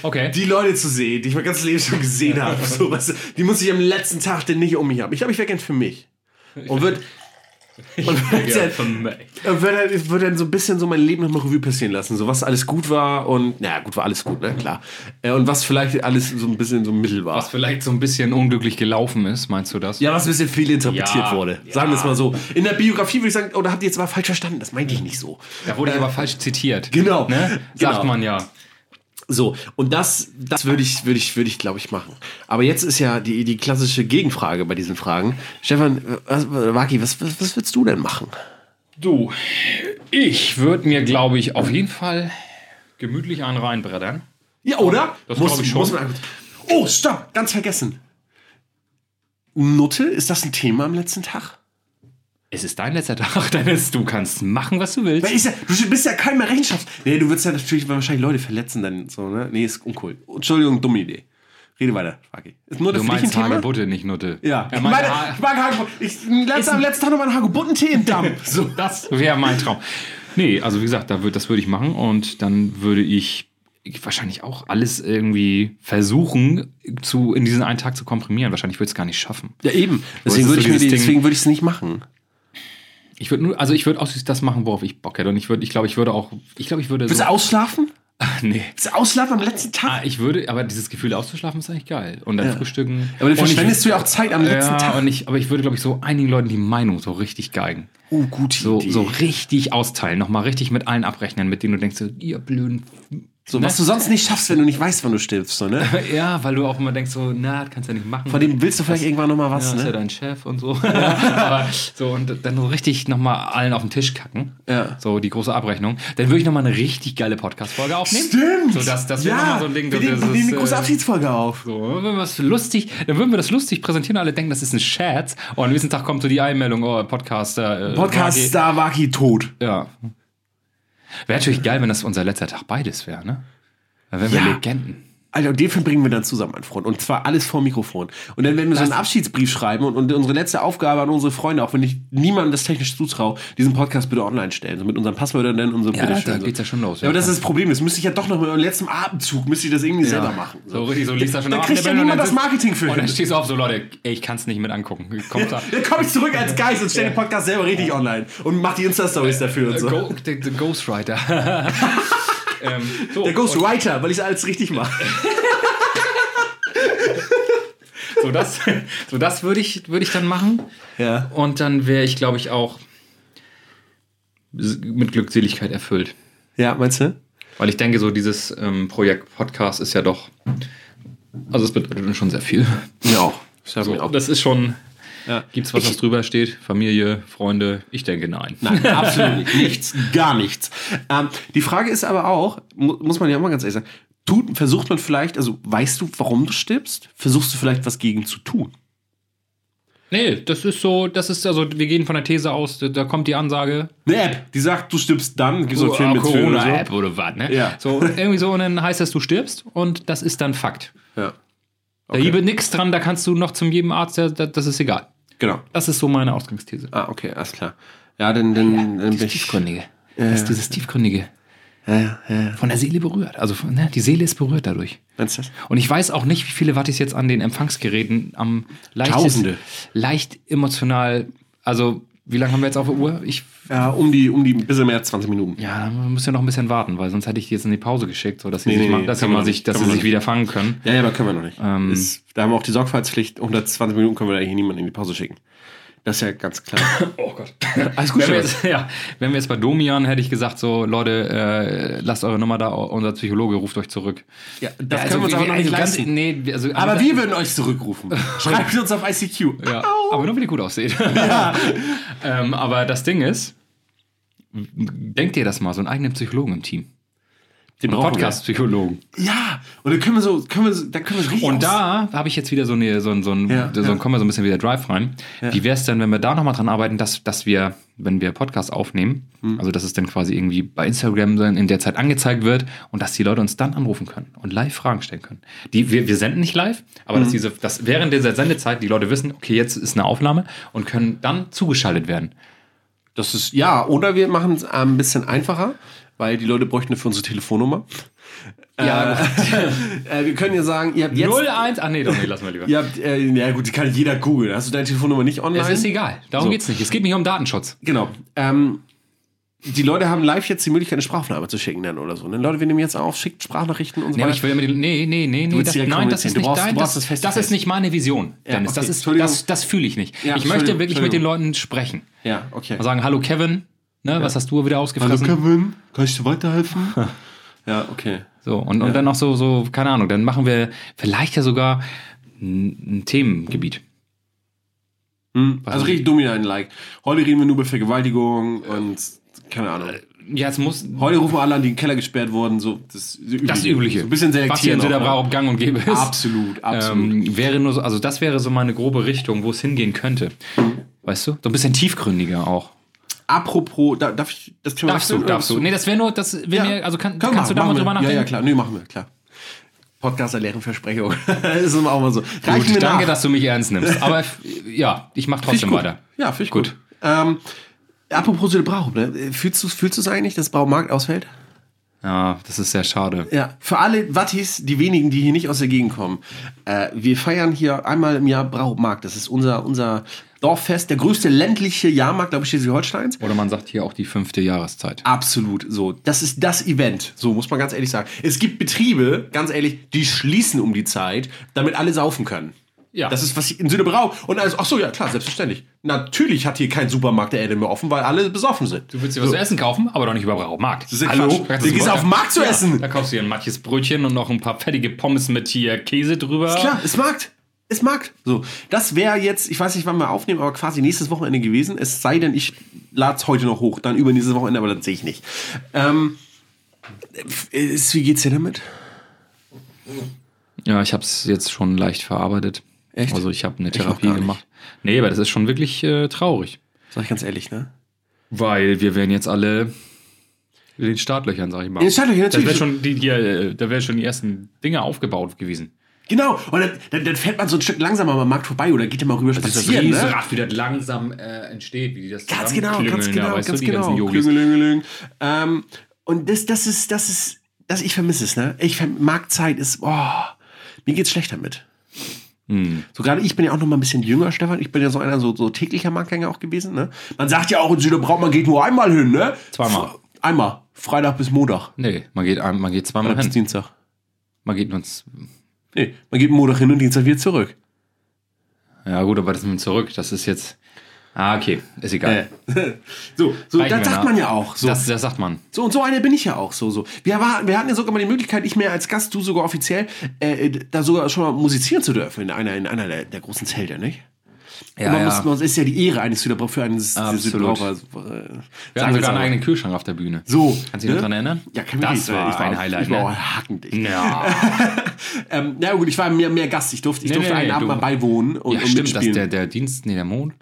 S2: Okay.
S1: Die Leute zu sehen, die ich mein ganzes Leben schon gesehen habe. So, weißt du, die muss ich am letzten Tag denn nicht um mich haben. Ich glaube, ich wäre gern für mich. Und wird. Und wird
S2: Digga,
S1: <laughs> dann,
S2: von mir.
S1: und würde dann, ich würde dann so ein bisschen so mein Leben nochmal Revue passieren lassen, so was alles gut war und, naja, gut war alles gut, ne, klar. Äh, Und was vielleicht alles so ein bisschen so mittel war.
S2: Was vielleicht so ein bisschen unglücklich gelaufen ist, meinst du das?
S1: ja, was ein bisschen viel interpretiert
S2: Ja,
S1: wurde.
S2: ja.
S1: Sagen wir es mal so. In der Biografie würde ich sagen, oh, da habt ihr jetzt aber falsch verstanden, das meinte ich nicht so.
S2: Da wurde ich aber falsch zitiert.
S1: Genau,
S2: Ne?
S1: genau.
S2: Sagt man ja.
S1: So, und das, das würde ich, würde ich, würde ich, glaube ich, machen. Aber jetzt ist ja die, die klassische Gegenfrage bei diesen Fragen. Stefan, äh, was, Waki, was, was, was würdest du denn machen?
S2: Du, Ich würde mir, glaube ich, auf jeden Fall gemütlich einen reinbrettern.
S1: Ja, oder?
S2: Das glaub ich schon.
S1: man- oh, stopp, ganz vergessen. Nutte, ist das ein Thema am letzten Tag?
S2: Es ist dein letzter Tag, <laughs> Dennis. Du kannst machen, was du
S1: Da
S2: willst.
S1: ist ja, du bist ja kein mehr Rechenschaft. Nee, du würdest ja natürlich wahrscheinlich Leute verletzen, dann so, ne? Nee, ist uncool. Entschuldigung, dumme Idee. Rede weiter, Frage. Ist nur das
S2: Du
S1: für dich ein
S2: meinst
S1: Thema?
S2: Hagebutte, nicht Nutte.
S1: Ja,
S2: Er
S1: ich
S2: meinte,
S1: meine, ich mag Hagebutt. Ich letzte, am letzten Tag noch mal einen Hagebuttentee im Damm.
S2: <laughs>
S1: So.
S2: Das wäre mein Traum. Nee, also wie gesagt, da würd, das würde ich machen und dann würde ich wahrscheinlich auch alles irgendwie versuchen, zu, in diesen einen Tag zu komprimieren. Wahrscheinlich würde ich es gar nicht schaffen.
S1: Ja, eben.
S2: Deswegen
S1: Deswegen
S2: würd
S1: würde
S2: ich
S1: ich
S2: mir die- deswegen
S1: es nicht machen.
S2: Ich würde nur, also ich würde ausschließlich das machen, worauf ich Bock hätte. Und ich würde, ich glaube, ich würde auch, ich glaube, ich würde. <laughs>
S1: Willst
S2: so,
S1: du ausschlafen?
S2: nee.
S1: Willst du ausschlafen am letzten
S2: Ah,
S1: Tag?
S2: ich würde, aber dieses Gefühl auszuschlafen ist eigentlich geil. Und dann frühstücken.
S1: Aber dann
S2: Und ich-
S1: verschwendest du ja auch Zeit am letzten
S2: ja,
S1: Tag.
S2: Und ich, aber ich würde, glaube ich, so einigen Leuten die Meinung so richtig geigen.
S1: Oh, gute
S2: So,
S1: Idee.
S2: so richtig austeilen, nochmal richtig mit allen abrechnen, mit denen du denkst, so, ihr blöden.
S1: So, was du
S2: ne?
S1: sonst nicht schaffst, wenn du nicht weißt, wann du stirbst, so, ne?
S2: Ja, weil du auch immer denkst, so, na, das kannst du ja nicht machen.
S1: Von dem willst du vielleicht irgendwann noch mal was,
S2: ja, ist ja
S1: ne?
S2: dein Chef und so. <laughs> Aber so und dann so richtig nochmal allen auf den Tisch kacken.
S1: Ja.
S2: So die große Abrechnung. Dann würde ich nochmal eine richtig geile Podcast-Folge aufnehmen. So, das, das wäre nochmal so ein Ding.
S1: Wir
S2: so,
S1: nehmen, wir
S2: das
S1: nehmen
S2: ist,
S1: eine große
S2: äh,
S1: Abschiedsfolge auf.
S2: So, dann würden wir das lustig, dann würden wir das lustig präsentieren, alle denken, das ist ein Scherz. Und am nächsten Tag kommt so die Einmeldung, oh, Podcaster. Äh, Waki.
S1: Podcast-Star Maki tot.
S2: Ja. Wäre natürlich geil, wenn das unser letzter Tag beides wäre, ne? Dann wären
S1: Ja.
S2: wir Legenden.
S1: Alter, und den verbringen wir dann zusammen, mein Freund. Und zwar alles vor dem Mikrofon. Und dann werden wir so einen Abschiedsbrief schreiben und, und unsere letzte Aufgabe an unsere Freunde, auch wenn ich niemandem das technisch zutraue, diesen Podcast bitte online stellen. So mit unseren Passwörtern nennen und so. bitte
S2: da
S1: schön, so.
S2: geht's ja schon los,
S1: Ja,
S2: ja.
S1: aber das ist das Problem. Das müsste ich ja doch noch mit meinem letzten Atemzug, müsste ich das irgendwie selber machen.
S2: So richtig, so liest da schon
S1: Da
S2: auf,
S1: kriegt
S2: der
S1: ja
S2: Bälle und
S1: niemand
S2: dann
S1: das
S2: sitzt-
S1: Marketing für
S2: Und dann
S1: hin.
S2: stehst du auf, so Leute, ey, ich kann's nicht mit angucken. Kommt da.
S1: Dann komme ich zurück als Geist und stelle den Podcast selber richtig online und mach die Insta-Stories dafür und so.
S2: Äh, Go, the, the
S1: <laughs>
S2: Ghostwriter. ähm, so,
S1: Der Ghostwriter, weil ich alles richtig mache.
S2: so das, so das würde ich, würde ich dann machen.
S1: Ja.
S2: Und dann wäre ich, glaube ich, auch s- mit Glückseligkeit erfüllt.
S1: Ja, meinst du?
S2: Weil ich denke, so dieses ähm, Projekt Podcast ist ja doch. Also, es bedeutet uns schon sehr viel.
S1: Ja, auch. Ich hab
S2: So,
S1: mir auch
S2: das ist schon.
S1: Ja.
S2: Gibt's was, was drüber steht? Familie, Freunde? Ich denke nein. <laughs>
S1: Nein, absolut nichts, gar nichts. Ähm, die Frage ist aber auch, mu muss man ja auch mal ganz ehrlich sagen, tut, versucht man vielleicht, also weißt du, warum du stirbst? Versuchst du vielleicht was gegen zu tun?
S2: Nee, das ist so, das ist also, wir gehen von der These aus, da- da kommt die Ansage,
S1: Eine App, die sagt, du stirbst dann, gibt so einen Film mit Film und
S2: Oh, Äh, Corona-App
S1: so.
S2: oder was, ne?
S1: Ja.
S2: So, irgendwie so, und dann heißt das, du stirbst und das ist dann Fakt.
S1: Ja,
S2: Da gibt nichts dran, da kannst du noch zum jedem Arzt, da, da, das ist egal.
S1: genau.
S2: Das ist so meine Ausgangsthese.
S1: Ah, okay, alles klar. Ja, dann, dann, dann bin
S2: Dieses
S1: ich.
S2: Tiefgründige. das ist dieses Tiefgründige.
S1: Ja, ja, ja.
S2: Von der Seele berührt. Also von, ne, die Seele ist berührt dadurch.
S1: Meinst du das?
S2: Und ich weiß auch nicht, wie viele Watt ich jetzt an den Empfangsgeräten am leichtesten,
S1: Tausende.
S2: leicht emotional, also wie lange haben wir jetzt auf der Uhr? Ich,
S1: Ja, um die, um die, ein bisschen mehr als 20 Minuten.
S2: ja, man muss ja noch ein bisschen warten, weil sonst hätte ich die jetzt in die Pause geschickt, so dass sie
S1: Nee,
S2: sich,
S1: nee,
S2: mal,
S1: nee,
S2: dass sie
S1: kann
S2: mal
S1: man
S2: sich,
S1: nicht,
S2: dass
S1: kann
S2: sie
S1: man
S2: sich
S1: nicht.
S2: wieder fangen können.
S1: Ja, ja, aber können wir noch nicht.
S2: Ähm.
S1: ist, da haben wir auch die Sorgfaltspflicht, unter 20 Minuten können wir da hier niemanden in die Pause schicken. Das ist ja ganz klar.
S2: Oh Gott.
S1: Alles
S2: Wenn wir,
S1: Schatz.
S2: jetzt, <laughs> ja, wenn wir jetzt bei Domian, hätte ich gesagt, so, Leute, äh, lasst eure Nummer da, unser Psychologe ruft euch zurück.
S1: Ja,
S2: <laughs>
S1: das
S2: Ja,
S1: können wir uns
S2: wie-
S1: aber noch
S2: also
S1: nicht
S2: ganz-
S1: leisten.
S2: Nee, wir- also,
S1: Aber wir würden euch zurückrufen. <laughs> Schreibt uns auf ICQ.
S2: Ja, aber nur, wenn ihr gut
S1: <laughs>
S2: aussieht. <laughs> ähm, aber das Ding ist, denkt ihr das mal, so einen eigenen Psychologen im Team.
S1: Den
S2: Einen
S1: brauchen
S2: Podcast-Psychologen.
S1: wir. Ja, und dann können wir so, können wir so, dann können wir so richtig
S2: Und
S1: aus-
S2: da habe ich jetzt wieder so, eine, so, ein- so, ein,
S1: Ja,
S2: so
S1: ja.
S2: ein- kommen wir so ein bisschen wieder Drive rein. Wie wäre es denn, wenn wir da nochmal dran arbeiten, dass, dass wir, wenn wir Podcasts aufnehmen,
S1: Hm.
S2: also dass es dann quasi irgendwie bei Instagram dann in der Zeit angezeigt wird und dass die Leute uns dann anrufen können und live Fragen stellen können. Die, wir, wir senden nicht live, aber
S1: Hm.
S2: dass diese, dass während dieser Sendezeit die Leute wissen, okay, jetzt ist eine Aufnahme und können dann zugeschaltet werden.
S1: Das ist, ja, oder wir machen es ein bisschen einfacher, weil die Leute bräuchten für unsere Telefonnummer.
S2: Ja,
S1: Äh, wir können ja sagen, ihr habt jetzt.
S2: 01. Ach nee, doch, nee, lass mal lieber.
S1: Ihr habt, äh, ja gut, die kann jeder googeln. Hast du deine Telefonnummer nicht online?
S2: Es ist egal, darum
S1: So.
S2: geht's nicht. Es geht nicht um Datenschutz.
S1: Genau. Ähm, die Leute haben live jetzt die Möglichkeit, eine Sprachnahme zu schicken dann oder so. Ne? Leute, wir nehmen jetzt auf, schickt Sprachnachrichten und so
S2: Nee, aber
S1: weiter.
S2: ich will immer die, nee, nee, nee, nee
S1: willst
S2: das,
S1: direkt
S2: nein, das
S1: kommunizieren.
S2: ist
S1: Du
S2: nicht
S1: brauchst-
S2: dein,
S1: du
S2: das,
S1: brauchst das Face to
S2: das ist
S1: Face.
S2: nicht meine Vision, Dennis.
S1: okay.
S2: Das, ist,
S1: Entschuldigung.
S2: das, das fühle ich nicht.
S1: Ja,
S2: ich möchte
S1: Entschuldigung,
S2: wirklich mit den Leuten sprechen.
S1: ja, okay.
S2: Und sagen, hallo Kevin, ne, was hast du wieder ausgefressen?
S1: Kevin, kann ich dir weiterhelfen? <laughs> ja, okay.
S2: So, und, und dann auch so, so, keine Ahnung, dann machen wir vielleicht ja sogar ein, ein Themengebiet.
S1: Also richtig dumm hier ein Like. Heute reden wir nur über Vergewaltigung und Keine Ahnung.
S2: Ja, es muss.
S1: Heute rufen alle an, die in den Keller gesperrt wurden. So, das, Übliche.
S2: Das Übliche.
S1: So ein bisschen
S2: Was hier
S1: selektieren.
S2: in
S1: auch, ne?
S2: Söderbrauch auf Gang und gäbe ist.
S1: Absolut, absolut.
S2: Ähm, wäre nur so, also das wäre so meine grobe Richtung, wo es hingehen könnte.
S1: Mhm.
S2: Weißt du? So ein bisschen tiefgründiger auch.
S1: Apropos, da, darf ich das Thema
S2: Darfst du,
S1: wechseln oder
S2: darfst du. Nee, das wäre nur, das wenn
S1: Ja.
S2: wir, also kann,
S1: Können wir
S2: kannst du
S1: machen,
S2: da mal
S1: machen
S2: drüber
S1: wir.
S2: nachdenken?
S1: Ja, ja, klar. Nee, machen wir, klar. Podcast der leeren Versprechung. <laughs> das ist immer auch mal so. Reichen
S2: Gut,
S1: wir
S2: danke,
S1: nach.
S2: dass du mich ernst
S1: <laughs>
S2: nimmst. Aber f- ja, ich mache
S1: Find ich
S2: trotzdem
S1: gut.
S2: weiter.
S1: Ja, finde ich gut. Ähm, apropos Südebrauch, ne? Fühlst du es fühlst du's eigentlich, dass Braumarkt ausfällt?
S2: Ja, das ist sehr schade.
S1: Ja, für alle Wattis, die wenigen, die hier nicht aus der Gegend kommen. Äh, wir feiern hier einmal im Jahr Braumarkt. Das ist unser, unser Dorffest, der größte ländliche Jahrmarkt, glaube ich, Schleswig-Holsteins.
S2: Oder man sagt hier auch die fünfte Jahreszeit.
S1: Absolut so. Das ist das Event. So muss man ganz ehrlich sagen. Es gibt Betriebe, ganz ehrlich, die schließen um die Zeit, damit alle saufen können.
S2: Ja.
S1: Das ist was ich in Südebrau. Und alles, ach so, ja, klar, selbstverständlich. Natürlich hat hier kein Supermarkt der Erde mehr offen, weil alle besoffen sind.
S2: Du willst dir was zu essen kaufen, aber doch nicht über Braumarkt.
S1: ist Quatsch. Du gehst auf den Markt zu essen.
S2: Da kaufst du dir ein matches Brötchen und noch ein paar fettige Pommes mit hier Käse drüber.
S1: Ist Klar, es Markt. Es Markt. Ah. So, das wäre jetzt, ich weiß nicht, wann wir aufnehmen, aber quasi nächstes Wochenende gewesen. Es sei denn, ich lade es heute noch hoch, dann übernächstes Wochenende, aber das sehe ich nicht. Ähm, ist, wie geht's dir damit?
S2: Ja, ich habe es jetzt schon leicht verarbeitet.
S1: Echt?
S2: Also ich habe eine
S1: noch
S2: Therapie
S1: gar nicht.
S2: gemacht. Nee, aber das ist schon wirklich äh, traurig.
S1: Sag ich ganz ehrlich, ne?
S2: Weil wir werden jetzt alle in den Startlöchern, sag ich mal.
S1: In den Startlöchern, natürlich.
S2: Da wären schon, die- die, äh, da wär schon die ersten Dinge aufgebaut gewesen.
S1: Genau, und dann, dann, dann fährt man so ein Stück langsamer am Markt vorbei oder geht immer rüber spazieren. ne?
S2: wie das langsam äh, entsteht, wie die das
S1: Ganz genau,
S2: zusammenklüngeln
S1: ganz genau,
S2: da, weißt
S1: ganz
S2: du, die
S1: genau.
S2: ganzen Yogis.
S1: Klüngelingeling. Ähm, und das, das ist, das ist, das, ich vermisse es, ne? Ich verm- Marktzeit ist, oh, mir geht's schlecht damit.
S2: Hm.
S1: So gerade ich bin ja auch noch mal ein bisschen jünger, Stefan. Ich bin ja so einer, so, so täglicher Marktgänger auch gewesen, ne? Man sagt ja auch in Süderbrauch, man geht nur einmal hin, ne?
S2: Zweimal.
S1: Fr- Einmal. Freitag bis Montag.
S2: Nee, man geht, ein- man geht zweimal
S1: Freitag bis
S2: hin.
S1: Dienstag.
S2: Man geht uns.
S1: Nee, man geht Montag hin und Dienstag wieder zurück.
S2: Ja, gut, aber das mit zurück, das ist jetzt. Ah, okay, ist egal.
S1: <laughs> So, so
S2: Reichen
S1: das
S2: wir
S1: sagt
S2: nach.
S1: man ja auch. Äh, So.
S2: Das, das sagt man.
S1: So und so einer bin ich ja auch so so. Wir, war, wir hatten ja sogar mal die Möglichkeit, ich mehr als Gast, du sogar offiziell, äh, da sogar schon mal musizieren zu dürfen in einer, in einer der, der großen Zelte, nicht? Ja, man Muss, man, ist ja die Ehre eines äh, Süderbrauch für einen
S2: Absolut.
S1: Süderbraucher.
S2: Wir hatten sogar einen eigenen Kühlschrank auf der Bühne.
S1: So, ne?
S2: Kannst du dich noch dran erinnern?
S1: Ja, kann mich
S2: Das
S1: nicht-
S2: war
S1: ich
S2: ein Highlight.
S1: Ich war auch
S2: ne?
S1: hackend. Ich,
S2: Ja,
S1: ähm, na gut, ich war mehr, mehr Gast. Ich durfte, ich
S2: Nee,
S1: durfte
S2: nee,
S1: einen
S2: nee,
S1: Abend
S2: du-
S1: mal beiwohnen <laughs> und,
S2: ja
S1: und
S2: stimmt, dass
S1: mitspielen.
S2: der, der Dienst, nee, der Mond.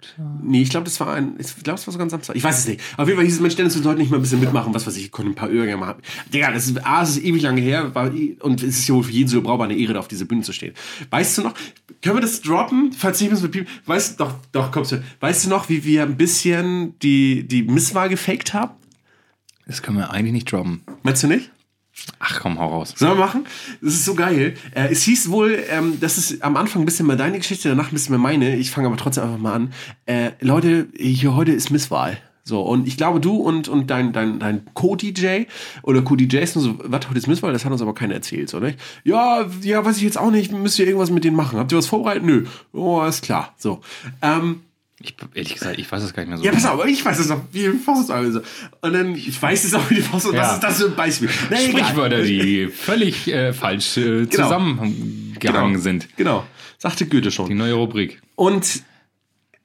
S1: Nee, ich glaube, das war ein. Ich glaube, das war sogar ein Samstag. Ich weiß es nicht. Auf jeden Fall hieß es, Mensch, Dennis, wir sollten nicht mal ein bisschen mitmachen, was weiß ich, ich konnte ein paar Öhrgänge machen. Digga, das ist, A, es ist ewig lange her war, eh- und es ist ja wohl für jeden so brauchbar eine Ehre, da auf diese Bühne zu stehen. Weißt du noch, können wir das droppen? Falls nicht, müssen wir piepen. Weißt du, doch, doch, kommst du. Weißt du noch, wie wir ein bisschen die, die Misswahl gefaked haben?
S2: Das können wir eigentlich nicht droppen.
S1: Meinst du nicht?
S2: Ach komm, hau raus.
S1: Sollen wir machen? Das ist so geil. Äh, es hieß wohl, ähm, das ist am Anfang ein bisschen mal deine Geschichte, danach ein bisschen mehr meine. Ich fange aber trotzdem einfach mal an. Äh, Leute, hier heute ist Misswahl. So, und ich glaube, du und, und dein, dein, dein Co-DJ oder Co-DJs und so, was heute ist Misswahl, das hat uns aber keiner erzählt, so, nicht? Ja, ja, weiß ich jetzt auch nicht, müsst ihr irgendwas mit denen machen? Habt ihr was vorbereitet? Nö. Oh, ist klar. So. Ähm,
S2: Ich, ehrlich gesagt, ich weiß das gar nicht mehr so. genau.
S1: ja, pass auf, ich weiß es noch, wie die Faust also. Und dann, ich weiß es auch, wie die Faust
S2: Ja.
S1: Was ist das für ein Beispiel? Na, egal.
S2: Sprichwörter, die völlig äh, falsch äh,
S1: Genau.
S2: zusammengehangen sind.
S1: Genau. Sagte Goethe schon.
S2: Die neue Rubrik.
S1: Und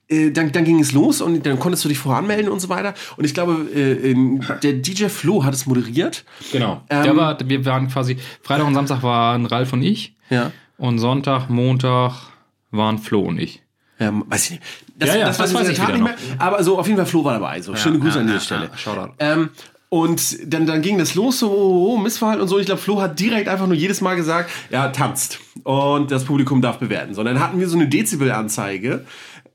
S1: äh, dann, dann ging es los und dann konntest du dich vorher anmelden und so weiter. Und ich glaube, äh, in- der DJ Flo hat es moderiert.
S2: Genau.
S1: Ähm,
S2: der war, wir waren quasi, Freitag und Samstag waren Ralf und ich.
S1: Ja.
S2: Und Sonntag, Montag waren Flo und ich.
S1: Ähm, weiß ich nicht. Das,
S2: Ja, ja,
S1: das,
S2: das weiß
S1: weiß ich in
S2: ich
S1: der Tat
S2: wieder
S1: nicht mehr. Aber so, auf jeden Fall, Flo war dabei. So, schöne Grüße
S2: ja,
S1: an diese
S2: ja,
S1: Stelle.
S2: ja, Shoutout.
S1: ähm, und dann, dann ging das los, so oh, oh, Missverhalten und so. Ich glaube, Flo hat direkt einfach nur jedes Mal gesagt, ja, tanzt. Und das Publikum darf bewerten. So, dann hatten wir so eine Dezibel-Anzeige,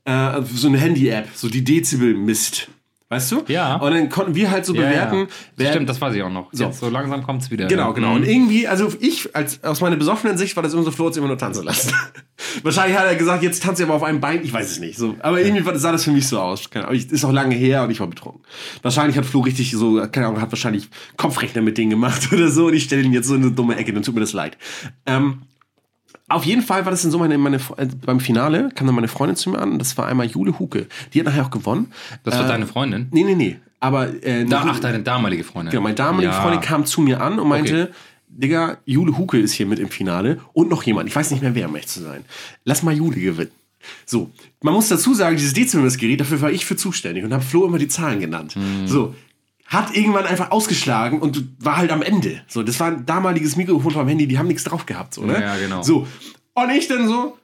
S1: äh, so eine Handy-App, so die Dezibel misst. Weißt du?
S2: Ja.
S1: Und dann konnten wir halt so bewerten, wer-
S2: Stimmt, das weiß ich auch noch. So, Jetzt, so langsam kommt es wieder. Mhm.
S1: Genau, genau. Und irgendwie, also ich, als, aus meiner besoffenen Sicht, war das immer so, Flo hat's immer nur tanzen lassen. <laughs> Wahrscheinlich hat er gesagt, jetzt tanzt ihr aber auf einem Bein, ich weiß es nicht. So, aber irgendwie war- sah das für mich so aus. Keine Ahnung, ich, ist auch lange her und ich war betrunken. Wahrscheinlich hat Flo richtig so, keine Ahnung, hat wahrscheinlich Kopfrechner mit denen gemacht <laughs> oder so und ich stelle ihn jetzt so in eine dumme Ecke, dann tut mir das leid. Ähm, auf jeden Fall war das dann so, meine, meine, äh, beim Finale kam dann meine Freundin zu mir an, das war einmal Jule Huke. Die hat nachher auch gewonnen.
S2: Das war
S1: äh,
S2: deine Freundin?
S1: Nee, nee, nee. Aber, äh,
S2: Da, ach, deine damalige Freundin.
S1: Genau, meine damalige
S2: Ja.
S1: Freundin kam zu mir an und meinte, Digga, Jule Huke ist hier mit im Finale und noch jemand. Ich weiß nicht mehr, wer, um ehrlich zu sein. Lass mal Jule gewinnen. So,
S2: Hm.
S1: man muss dazu sagen, dieses Dezimmergerät, dafür war ich für zuständig und habe Flo immer die Zahlen genannt. So, hat irgendwann einfach ausgeschlagen und war halt am Ende. So, das war ein damaliges Mikrofon vom Handy, die haben nichts drauf gehabt, so, ne?
S2: Ja, genau.
S1: So. Und ich dann so,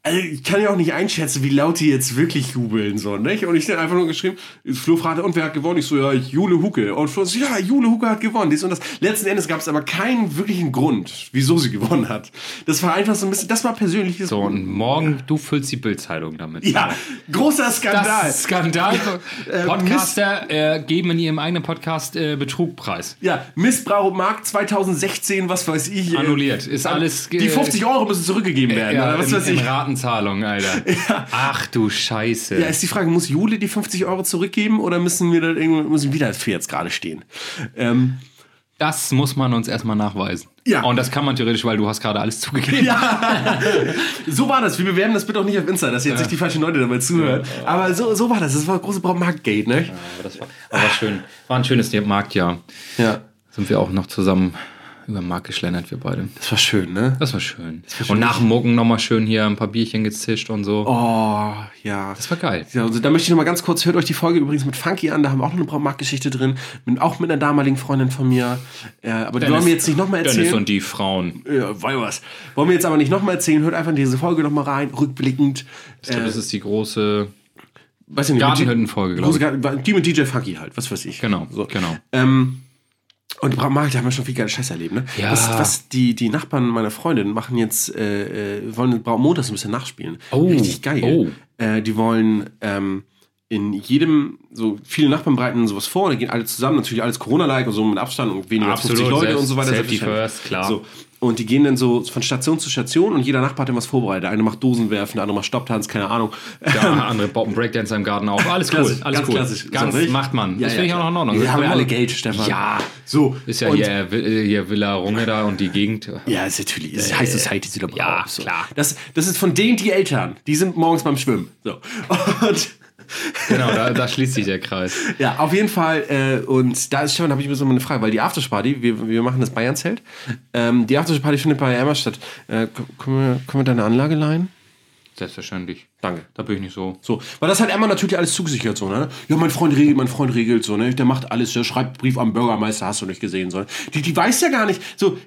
S1: also ich kann ja auch nicht einschätzen, wie laut die jetzt wirklich jubeln, so, nicht? Und ich dann einfach nur geschrieben, Flo fragte, und wer hat gewonnen? Ich so, ja, Jule Hucke. Und Flo so, ja, Jule Hucke hat gewonnen, dies und das. Letzten Endes gab es aber keinen wirklichen Grund, wieso sie gewonnen hat. Das war einfach so ein bisschen, das war persönliches.
S2: So, und morgen, du füllst die Bildzeitung damit.
S1: ja, großer Skandal.
S2: Das ist Skandal.
S1: äh,
S2: Podcaster äh, geben in ihrem eigenen Podcast äh, Betrugpreis.
S1: Ja, Missbrauch Markt 2016, was weiß ich. äh,
S2: Annulliert. Ist alles ge- Äh,
S1: Die 50 Euro müssen zurückgegeben werden. oder was
S2: in,
S1: weiß
S2: in
S1: ich.
S2: Ratenzahlung, Alter.
S1: <laughs>
S2: Ach du Scheiße.
S1: Ja, ist die Frage, muss Jule die 50 Euro zurückgeben oder müssen wir dann irgendwo, müssen wieder für jetzt gerade stehen? Ähm,
S2: Das muss man uns erstmal nachweisen.
S1: Ja.
S2: Und das kann man theoretisch, weil du hast gerade alles zugegeben.
S1: <laughs> ja, so war das. Wir bewerben das bitte auch nicht auf Insta, dass jetzt nicht die falschen Leute dabei zuhören. Aber so, so war das. Das war ein großes Marktgate, ne?
S2: Aber das war, aber war schön. War ein schönes Marktjahr.
S1: Ja.
S2: Sind wir auch noch zusammen über den Markt geschlendert, wir beide.
S1: Das war schön, ne?
S2: Das war schön. Und nach dem Mucken nochmal schön hier ein paar Bierchen gezischt und so.
S1: Oh, ja.
S2: Das war geil.
S1: Ja, also da möchte ich noch mal ganz kurz, hört euch die Folge übrigens mit Funky an, da haben wir auch noch eine Brautmarktgeschichte drin, mit, auch mit einer damaligen Freundin von mir. Äh, aber die wollen wir jetzt nicht nochmal erzählen.
S2: Dennis und die Frauen.
S1: Ja, weil was. Wollen wir jetzt aber nicht nochmal erzählen, hört einfach in diese Folge nochmal rein, rückblickend.
S2: Ich
S1: Äh.
S2: glaube, das ist die große.
S1: Weiß ich nicht,
S2: Gartenhüttenfolge,
S1: mit-
S2: glaub ich.
S1: Garten- Die mit DJ Funky halt, was weiß ich.
S2: Genau, genau.
S1: Ähm, und Bram Markt, da haben wir schon viel geile Scheiße erlebt, ne?
S2: Ja.
S1: Was, was die, die Nachbarn meiner Freundin machen jetzt, äh, äh, wollen Bram Montags ein bisschen nachspielen.
S2: Oh,
S1: Richtig geil.
S2: oh.
S1: Äh, die wollen ähm, in jedem, so viele Nachbarn bereiten sowas vor, da gehen alle zusammen, natürlich alles Corona-like und so mit Abstand und weniger als
S2: Absolut,
S1: 50 Leute
S2: selbst-
S1: und so weiter.
S2: safety
S1: selbstverständlich.
S2: first, klar.
S1: So. Und die gehen dann so von Station zu Station und jeder Nachbar hat dann was vorbereitet. Der eine macht Dosen werfen, der andere macht Stopptanz, keine Ahnung.
S2: Ja,
S1: <laughs>
S2: andere bauten Breakdancer im Garten auf. Alles cool,
S1: Klassisch,
S2: alles
S1: ganz
S2: cool.
S1: klassisch.
S2: Ganz
S1: So, richtig?
S2: macht man. das finde ich
S1: klar.
S2: auch noch in Ordnung.
S1: Wir
S2: Das
S1: haben ja
S2: kann
S1: alle
S2: man-
S1: Geld, Stefan.
S2: Ja.
S1: So.
S2: Ist ja
S1: und-
S2: hier, äh, hier Villa Runge da und die Gegend.
S1: Ja, ist natürlich. Ist High Society Süderbrau.
S2: ja,
S1: so.
S2: klar.
S1: Äh, Das, das ist von denen die Eltern. Die sind morgens beim Schwimmen. So. Und <laughs>
S2: Genau, da, da schließt sich der Kreis.
S1: ja, auf jeden Fall. Äh, und da ist Stefan, habe ich mir so mal eine Frage, weil die Aftersparty, wir, wir machen das Bayernzelt. Ähm, die Aftersparty findet bei Emma statt. Äh, k- können, wir, können wir deine Anlage leihen?
S2: Selbstverständlich.
S1: Danke.
S2: Da bin ich nicht so.
S1: So, weil das hat Emma natürlich alles zugesichert, so, ne? Ja, mein Freund regelt, mein Freund regelt, so, ne? Der macht alles, der schreibt Brief am Bürgermeister, hast du nicht gesehen, so. Die, die weiß ja gar nicht, so,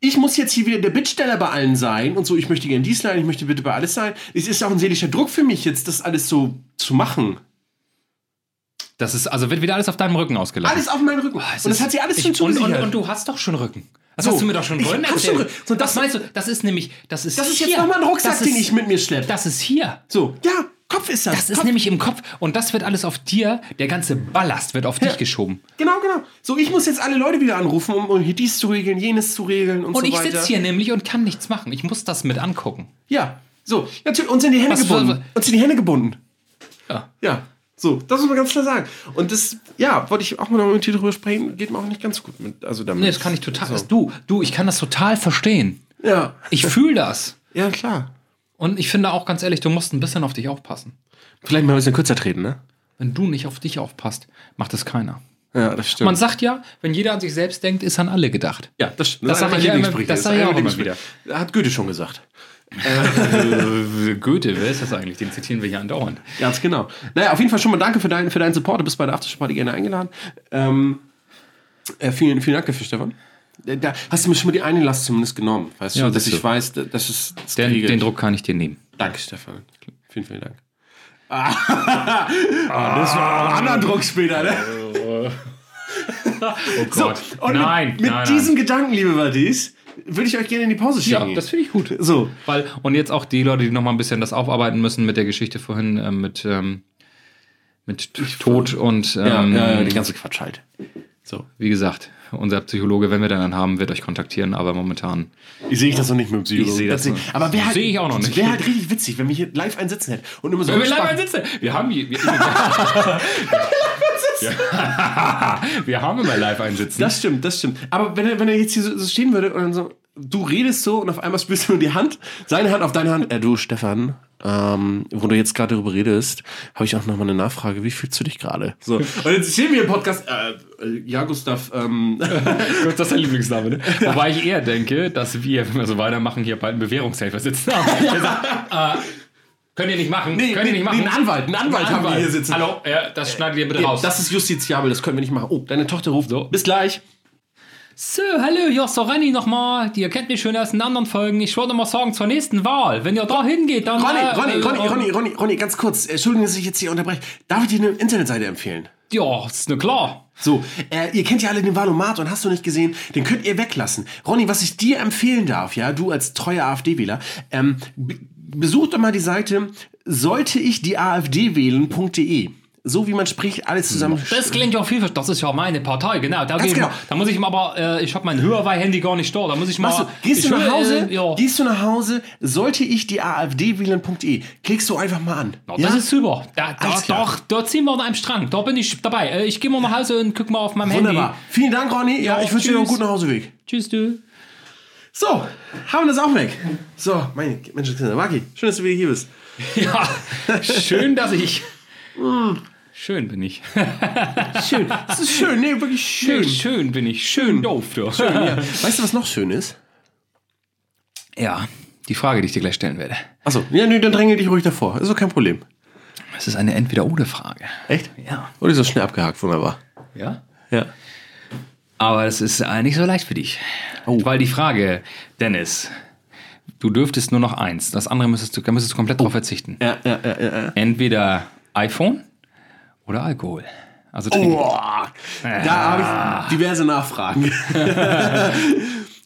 S1: ich muss jetzt hier wieder der Bittsteller bei allen sein und so, ich möchte gerne dies sein, ich möchte bitte bei alles sein. Es ist auch ein seelischer Druck für mich, jetzt das alles so zu machen.
S2: Das ist, also wird wieder alles auf deinem Rücken ausgelassen.
S1: Alles auf meinen Rücken. und das hat sie alles schon
S2: und, und,
S1: zugesichert.
S2: und du hast doch schon Rücken. Das
S1: So,
S2: hast du mir doch schon
S1: ich
S2: vorhin
S1: hab schon
S2: erzählt.
S1: Rücken.
S2: So, das meinst du, das ist nämlich, das ist
S1: das ist
S2: hier.
S1: jetzt nochmal ein Rucksack,
S2: Das ist-
S1: den ich mit mir schleppe.
S2: Das ist hier.
S1: So, ja, Kopf ist das.
S2: Das ist
S1: Kopf.
S2: nämlich im Kopf und das wird alles auf dir, der ganze Ballast wird auf dich geschoben.
S1: Genau, genau. So, ich muss jetzt alle Leute wieder anrufen, um, um hier dies zu regeln, jenes zu regeln und,
S2: Und
S1: so
S2: ich
S1: weiter.
S2: sitze hier nämlich und kann nichts machen. Ich muss das mit angucken.
S1: Ja, so, natürlich, uns in die Hände
S2: Was-
S1: gebunden. Uns in die Hände gebunden.
S2: Ja.
S1: Ja, so, das muss man ganz klar sagen. Und das, ja, wollte ich auch mal noch mit dir drüber sprechen, geht mir auch nicht ganz gut mit. Also damit.
S2: Nee, das kann ich total. Das, du, du, ich kann das total verstehen.
S1: Ja,
S2: <laughs> Ich fühle das.
S1: ja, klar.
S2: Und ich finde auch ganz ehrlich, du musst ein bisschen auf dich aufpassen.
S1: Vielleicht mal ein bisschen kürzer treten, ne?
S2: Wenn du nicht auf dich aufpasst, macht das keiner.
S1: Ja, das stimmt.
S2: Man sagt ja, wenn jeder an sich selbst denkt, ist an alle gedacht.
S1: ja, das stimmt.
S2: Das
S1: ist
S2: sag
S1: einer
S2: ich ja immer-
S1: meiner Lieblingssprüche.
S2: das sag ich
S1: ist einer
S2: auch immer
S1: meiner Lieblingssprüche. Hat Goethe schon gesagt.
S2: Äh, Goethe, wer ist das eigentlich? Den zitieren wir hier andauernd.
S1: Ganz genau. Naja, auf jeden Fall schon mal danke für deinen, für deinen Support. Du bist bei der Aftershow-Party gerne eingeladen. Ähm, äh, vielen, vielen Dank dafür, Stefan. Äh, Da hast du mir schon mal die eine Last zumindest genommen, weißt
S2: Ja,
S1: du, dass
S2: bist
S1: ich
S2: du.
S1: weiß, da- das ist das
S2: Den,
S1: kriege
S2: den
S1: ich.
S2: Druck kann ich dir nehmen.
S1: Danke, Stefan. Vielen, vielen <laughs> Dank. Ah, das war ein anderer Druck später, ne?
S2: Oh Gott.
S1: Und mit, mit diesem Gedanken, liebe Buddies, würde ich euch gerne in die Pause schicken.
S2: Ja, das finde ich gut.
S1: so.
S2: Weil, und jetzt auch die Leute, die noch mal ein bisschen das aufarbeiten müssen mit der Geschichte vorhin, ähm, mit, ähm, mit T- Tod und ähm,
S1: ganze Quatsch halt. So.
S2: wie gesagt, unser Psychologe, wenn wir dann einen haben, wird euch kontaktieren, aber momentan.
S1: Ich sehe ich das noch nicht mit dem Psycho.
S2: Ich sehe das
S1: Deswegen-
S2: noch-
S1: Aber wäre halt,
S2: sehe ich auch noch nicht.
S1: Wäre halt richtig witzig, wenn wir hier live einen sitzen hätten. Und immer so gespannt-
S2: sitzen! Wir haben, je- <laughs> wir, <laughs> Ja. wir haben immer live einsitzen.
S1: Das stimmt, das stimmt. Aber wenn er, wenn er jetzt hier so, so stehen würde und dann so, du redest so und auf einmal spürst du nur die Hand, seine Hand auf deine Hand. Äh, du, Stefan, ähm, wo du jetzt gerade darüber redest, habe ich auch nochmal eine Nachfrage. Wie fühlst du dich gerade? So. Und jetzt stehen wir im Podcast, äh, äh, ja, Gustav, ähm,
S2: Das ist dein Lieblingsname, ne? Wobei ich <laughs> eher denke, dass wir, wenn wir so weitermachen, hier bald einen Bewährungshelfer sitzen haben. Der sagt, äh, Könnt ihr nicht machen.
S1: Nee,
S2: Könnt ihr
S1: nee,
S2: nicht machen.
S1: nee, einen Anwalt, einen Anwalt haben wir hier sitzen.
S2: Hallo, ja, Äh, das schneidet ihr bitte raus.
S1: Das ist justiziabel, das können wir nicht machen. Oh, deine Tochter ruft.
S2: So.
S1: Bis gleich.
S2: So, hallo, hier ist der Renny nochmal. Ihr kennt mich schon aus den anderen Folgen. Ich wollte mal sagen, zur nächsten Wahl. Wenn ihr da hingeht, dann...
S1: Ronny,
S2: äh,
S1: Ronny,
S2: äh,
S1: Ronny,
S2: äh,
S1: Ronny, Ronny, Ronny, ganz kurz. Entschuldigung, dass ich jetzt hier unterbreche. Darf ich dir eine Internetseite empfehlen?
S2: Ja, ist nur klar.
S1: So, äh, ihr kennt ja alle den Valomat und hast du nicht gesehen, den könnt ihr weglassen. Ronny, was ich dir empfehlen darf, ja, du als treuer AfD-Wähler, ähm, be- besucht doch mal die Seite sollte ich die AfD wählen.de. E. So wie man spricht, alles zusammen.
S2: Das klingt ja vielversprechend. Das ist ja meine Partei, genau. Da, geh ich
S1: genau.
S2: mal- da muss ich mal aber... Äh, ich habe mein Huawei-Handy gar nicht da. Da muss ich mal...
S1: Machst du, gehst du
S2: ich will,
S1: nach Hause,
S2: Äh, ja.
S1: gehst du nach Hause, sollte ich die AfD wählen.de. E? Klickst du einfach mal an.
S2: Ja, Das ist super. Da, da,
S1: Alles klar.
S2: doch, da ziehen wir an einem Strang. Da bin ich dabei. Äh, Ich gehe mal nach Hause und guck mal auf meinem
S1: Wunderbar.
S2: Handy.
S1: Vielen Dank, Ronny. Ja,
S2: Ja,
S1: ich wünsche dir noch einen
S2: tschüss.
S1: guten Hauseweg.
S2: Tschüss, du.
S1: So, haben wir das auch weg. So, meine Mensch, Maki, schön, dass du wieder hier bist.
S2: Ja, schön, dass ich...
S1: Mm.
S2: Schön bin ich.
S1: Schön. Das ist schön, nee, wirklich schön. Mm.
S2: schön bin ich. Schön doof, du.
S1: Ja. Weißt du, was noch schön ist?
S2: Ja, die Frage, die ich dir gleich stellen werde.
S1: Achso, ja, nee, dann dränge dich ruhig davor. Ist doch kein Problem.
S2: Es ist eine Entweder-Oder-Frage.
S1: Echt?
S2: Ja.
S1: Oder Oh, ist das schnell abgehakt? Wunderbar.
S2: Ja?
S1: Ja.
S2: Aber es ist äh, nicht so leicht für dich.
S1: Oh.
S2: Weil die Frage, Dennis, du dürftest nur noch eins. Das andere müsstest du, da müsstest du komplett drauf verzichten.
S1: Oh. Ja, ja, ja, ja. ja.
S2: Entweder iPhone oder Alkohol. Also
S1: Oh.
S2: trinken.
S1: Boah, da habe ich diverse Nachfragen. <laughs>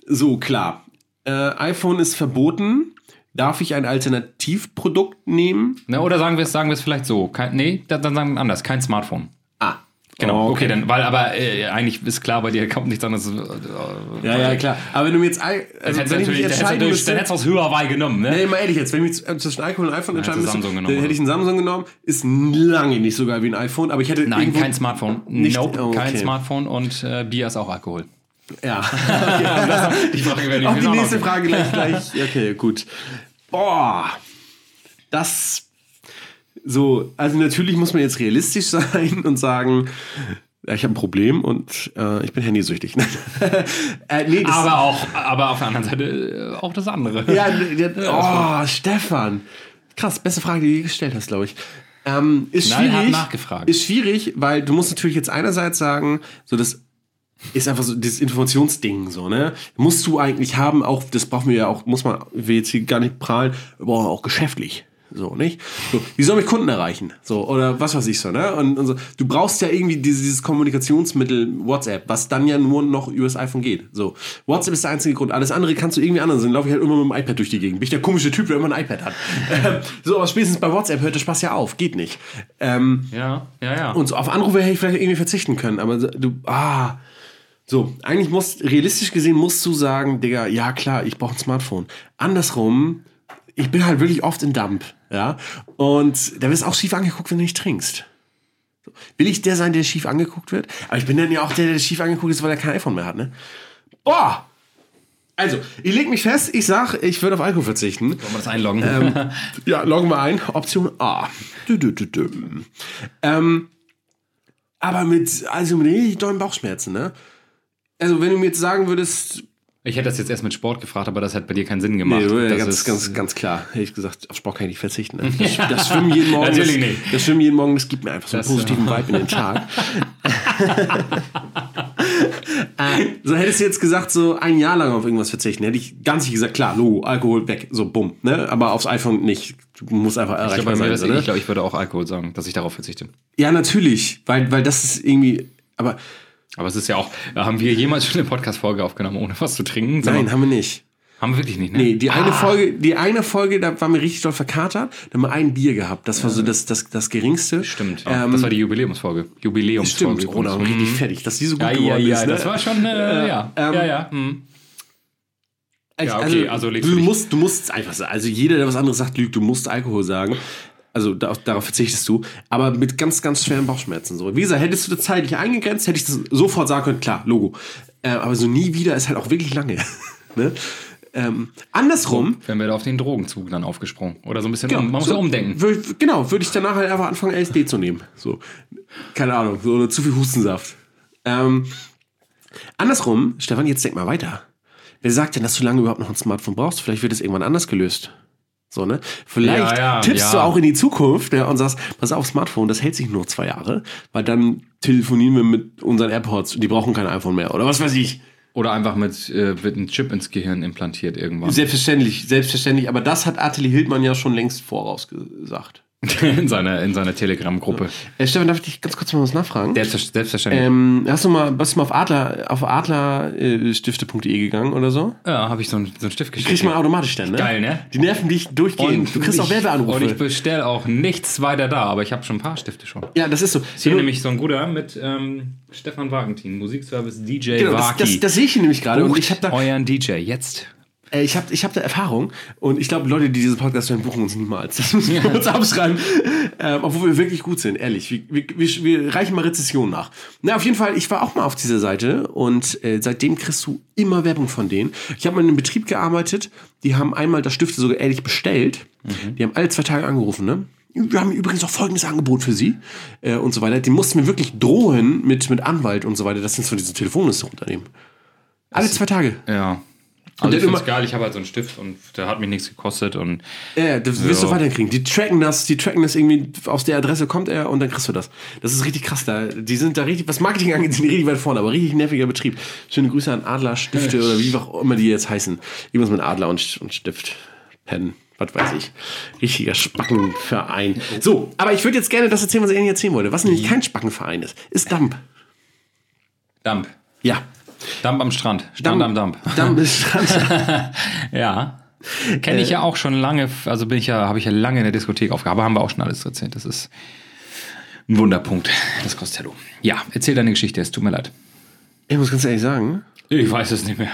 S1: so, klar. Äh, iPhone ist verboten. Darf ich ein Alternativprodukt nehmen?
S2: Ne, oder sagen wir es sagen wir es vielleicht so. Kein, nee, da- dann sagen wir anders. Kein Smartphone.
S1: Ah.
S2: Genau,
S1: Oh,
S2: okay, dann, weil aber äh, eigentlich ist klar, bei dir kommt nichts anderes. äh, äh,
S1: Ja, ja, klar. Aber wenn du mir jetzt, ei-
S2: Dann hättest
S1: also,
S2: du
S1: wenn ich mich
S2: natürlich- dann hättest du
S1: entscheiden
S2: natürlich- dann
S1: müsste,
S2: hättest du aus Huawei genommen, ne?
S1: Nee, mal ehrlich jetzt, wenn ich mich z- zwischen Alkohol und iPhone entscheiden
S2: hättest du
S1: müsste,
S2: Samsung
S1: dann
S2: genommen,
S1: hätte ich einen Samsung genommen. Ist lange nicht so geil wie ein iPhone, aber ich hätte
S2: Nein,
S1: irgendwo-
S2: kein Smartphone.
S1: Nicht-
S2: nope,
S1: oh,
S2: kein
S1: okay.
S2: Smartphone und äh, Bier ist auch Alkohol. <laughs>
S1: Ja.
S2: Die Frage werde
S1: Auch die nächste Frage gleich, gleich. Okay, gut. Boah, das. So, also natürlich muss man jetzt realistisch <laughs> sein und sagen, ja, ich habe ein Problem und äh, ich bin handysüchtig. <laughs> äh, nee, das,
S2: Aber auch, aber auf der anderen Seite äh, auch das andere.
S1: Ja, ja, oh, Stefan. Krass, beste Frage, die du gestellt hast, glaube ich. Ähm, ist
S2: Knallhart
S1: schwierig.
S2: nachgefragt.
S1: Ist schwierig, weil du musst natürlich jetzt einerseits sagen, so das ist einfach so dieses Informationsding so, ne? Musst du eigentlich haben, auch das brauchen wir ja auch, muss man will jetzt hier gar nicht prahlen, wir brauchen auch geschäftlich. So, nicht? So, wie soll ich Kunden erreichen? So, oder was weiß ich so, ne? Und, und so. Du brauchst ja irgendwie dieses, dieses Kommunikationsmittel WhatsApp, was dann ja nur noch übers iPhone geht. So, WhatsApp ist der einzige Grund. Alles andere kannst du irgendwie anders. Dann laufe ich halt immer mit dem iPad durch die Gegend. Bin ich der komische Typ, der immer ein iPad hat. <laughs> Ähm, so, aber spätestens bei WhatsApp hört der Spaß ja auf. Geht nicht. Ähm,
S2: Ja, ja, ja.
S1: und so auf Anrufe hätte ich vielleicht irgendwie verzichten können, aber so- du, ah. So, eigentlich musst, realistisch gesehen musst du sagen, Digga, ja klar, ich brauche ein Smartphone. Andersrum, ich bin halt wirklich oft in Dump, ja. Und da wirst du auch schief angeguckt, wenn du nicht trinkst. So. Will ich der sein, der schief angeguckt wird? Aber ich bin dann ja auch der, der schief angeguckt ist, weil er kein iPhone mehr hat, ne? Boah! Also, ich leg mich fest, ich sag, ich würde auf Alkohol verzichten.
S2: Wollen wir das einloggen?
S1: Ähm. <laughs> Ja, loggen wir ein. Option A. Dü, dü, dü, dü. Ähm, aber mit, also mit richtig dollen Bauchschmerzen, ne? Also, wenn du mir jetzt sagen würdest,
S2: ich hätte das jetzt erst mit Sport gefragt, aber das hat bei dir keinen Sinn gemacht.
S1: nee,
S2: das
S1: ganz,
S2: ist,
S1: ganz, ganz klar, hätte ich gesagt, auf Sport kann ich nicht verzichten.
S2: <laughs>
S1: Ne? Das, das Schwimmen jeden Morgen, das,
S2: Natürlich nicht.
S1: das Schwimmen jeden Morgen, das gibt mir einfach so einen
S2: Das- äh,
S1: positiven Vibe in
S2: <laughs>
S1: den Tag. Äh, so hättest du jetzt gesagt, so ein Jahr lang auf irgendwas verzichten, hätte ich ganz nicht gesagt, klar, Logo, Alkohol weg, so bumm, ne? Aber aufs iPhone nicht. Du musst einfach
S2: ich
S1: erreichbar
S2: glaube, bei mir eh
S1: sein.
S2: das,
S1: so, ne?
S2: ich, glaube, ich würde auch Alkohol sagen, dass ich darauf verzichte.
S1: Ja, natürlich, weil, weil das ist irgendwie. Aber
S2: Aber es ist ja auch, haben wir jemals schon eine Podcast-Folge aufgenommen, ohne was zu trinken? Sag mal,
S1: nein, haben wir nicht.
S2: haben wir wirklich nicht, ne?
S1: Nee, die eine Folge, die eine Folge, da waren wir richtig doll verkatert, da haben wir ein Bier gehabt. Das war so das, das, das geringste.
S2: Stimmt, ja.
S1: Ähm,
S2: das war die Jubiläumsfolge. Jubiläumsfolge.
S1: stimmt. Oh, da waren wir
S2: übrigens.
S1: richtig fertig, dass die so gut
S2: ja, ja,
S1: geworden
S2: ja,
S1: ist. Ne?
S2: das war schon, äh, ja.
S1: ähm,
S2: ja, ja. Hm.
S1: Also-
S2: ja, okay, also legst
S1: du
S2: du dich-
S1: musst, du musst einfach sagen. Also jeder, der was anderes sagt, lügt. Du musst Alkohol sagen. Also da, darauf verzichtest du, aber mit ganz, ganz schweren Bauchschmerzen. So. Wie gesagt, hättest du das zeitlich eingegrenzt, hätte ich das sofort sagen können, klar, Logo. Äh, aber so nie wieder ist halt auch wirklich lange. <laughs> ne? ähm, andersrum,
S2: Wären wir da auf den Drogenzug dann aufgesprungen. Oder so ein bisschen, um, man muss ja umdenken.
S1: Würd, genau, würde ich danach halt einfach anfangen, LSD zu nehmen. So, keine Ahnung, so, oder zu viel Hustensaft. Ähm, andersrum, Stefan, jetzt denk mal weiter. Wer sagt denn, dass du lange überhaupt noch ein Smartphone brauchst? Vielleicht wird es irgendwann anders gelöst. So, ne? Vielleicht
S2: Ja, ja,
S1: tippst
S2: ja.
S1: du auch in die Zukunft ne, und sagst, pass auf, Smartphone, das hält sich nur zwei Jahre, weil dann telefonieren wir mit unseren AirPods und die brauchen kein iPhone mehr oder was weiß ich.
S2: Oder einfach mit äh, wird ein Chip ins Gehirn implantiert irgendwann.
S1: Selbstverständlich, selbstverständlich, aber das hat Attili Hildmann ja schon längst vorausgesagt.
S2: <laughs> in seiner, in seiner Telegram-Gruppe.
S1: Äh, Stefan, darf ich dich ganz kurz mal was nachfragen?
S2: Selbstver- Selbstverständlich.
S1: Ähm, hast du mal, bist du mal auf Adler, auf adlerstifte.de gegangen oder so?
S2: ja, habe ich so einen, so einen Stift geschickt.
S1: Kriegst man automatisch dann, ne?
S2: Geil, ne?
S1: Die nerven dich durchgehend. du kriegst auch
S2: ich- Und ich
S1: Werbeanrufe.
S2: bestelle auch nichts weiter da, aber ich habe schon ein paar Stifte schon.
S1: Ja, das ist so.
S2: Hier nämlich so ein guter mit ähm, Stefan Wagentin, Musikservice DJ
S1: Genau, das,
S2: Wagi.
S1: das, das sehe ich hier nämlich gerade. Und
S2: Bucht
S1: ich habe da,
S2: euren DJ jetzt.
S1: äh, ich hab, ich hab da Erfahrung. Und ich glaube, Leute, die diesen Podcast hören, buchen uns niemals. Das müssen wir uns abschreiben. Ähm, obwohl wir wirklich gut sind, ehrlich. Wir, wir, wir, wir reichen mal Rezession nach. Na, auf jeden Fall, ich war auch mal auf dieser Seite. Und äh, seitdem kriegst du immer Werbung von denen. Ich habe mal in einem Betrieb gearbeitet. Die haben einmal das Stifte sogar ehrlich bestellt. Die haben alle zwei Tage angerufen, ne? Wir haben übrigens auch folgendes Angebot für Sie äh, und so weiter. Die mussten mir wirklich drohen mit, mit Anwalt und so weiter, dass sie uns von diesen Telefonliste runternehmen. Alle zwei Tage.
S2: Ja.
S1: Und
S2: Also ich
S1: dann
S2: find's
S1: immer-
S2: geil, ich habe halt so einen Stift und der hat mich nichts gekostet und
S1: Ja, das wirst du weiterkriegen. Die tracken das, die tracken das irgendwie, aus der Adresse kommt er und dann kriegst du das. Das ist richtig krass da. Die sind da richtig, was Marketing <laughs> angeht, sind die richtig weit vorne, aber richtig nerviger Betrieb. Schöne Grüße an Adler, Stifte oder wie auch immer die jetzt heißen. Irgendwas mit Adler und, und Stift, Pen, was weiß ich. Richtiger Spackenverein. So, aber ich würde jetzt gerne das erzählen, was ich Ihnen erzählen wollte. Was nämlich kein Spackenverein ist, ist Dump.
S2: Dump.
S1: Ja.
S2: Dump am Strand. Strand am Dump.
S1: Dump ist
S2: <laughs> Ja. Kenne ich ja auch schon lange, also bin ich ja, habe ich ja lange in der Diskothek aufgehabt, haben wir auch schon alles erzählt. Das ist ein Wunderpunkt, das Costello. Ja, erzähl deine Geschichte, es tut mir leid.
S1: Ich muss ganz ehrlich sagen.
S2: Ich weiß es nicht mehr.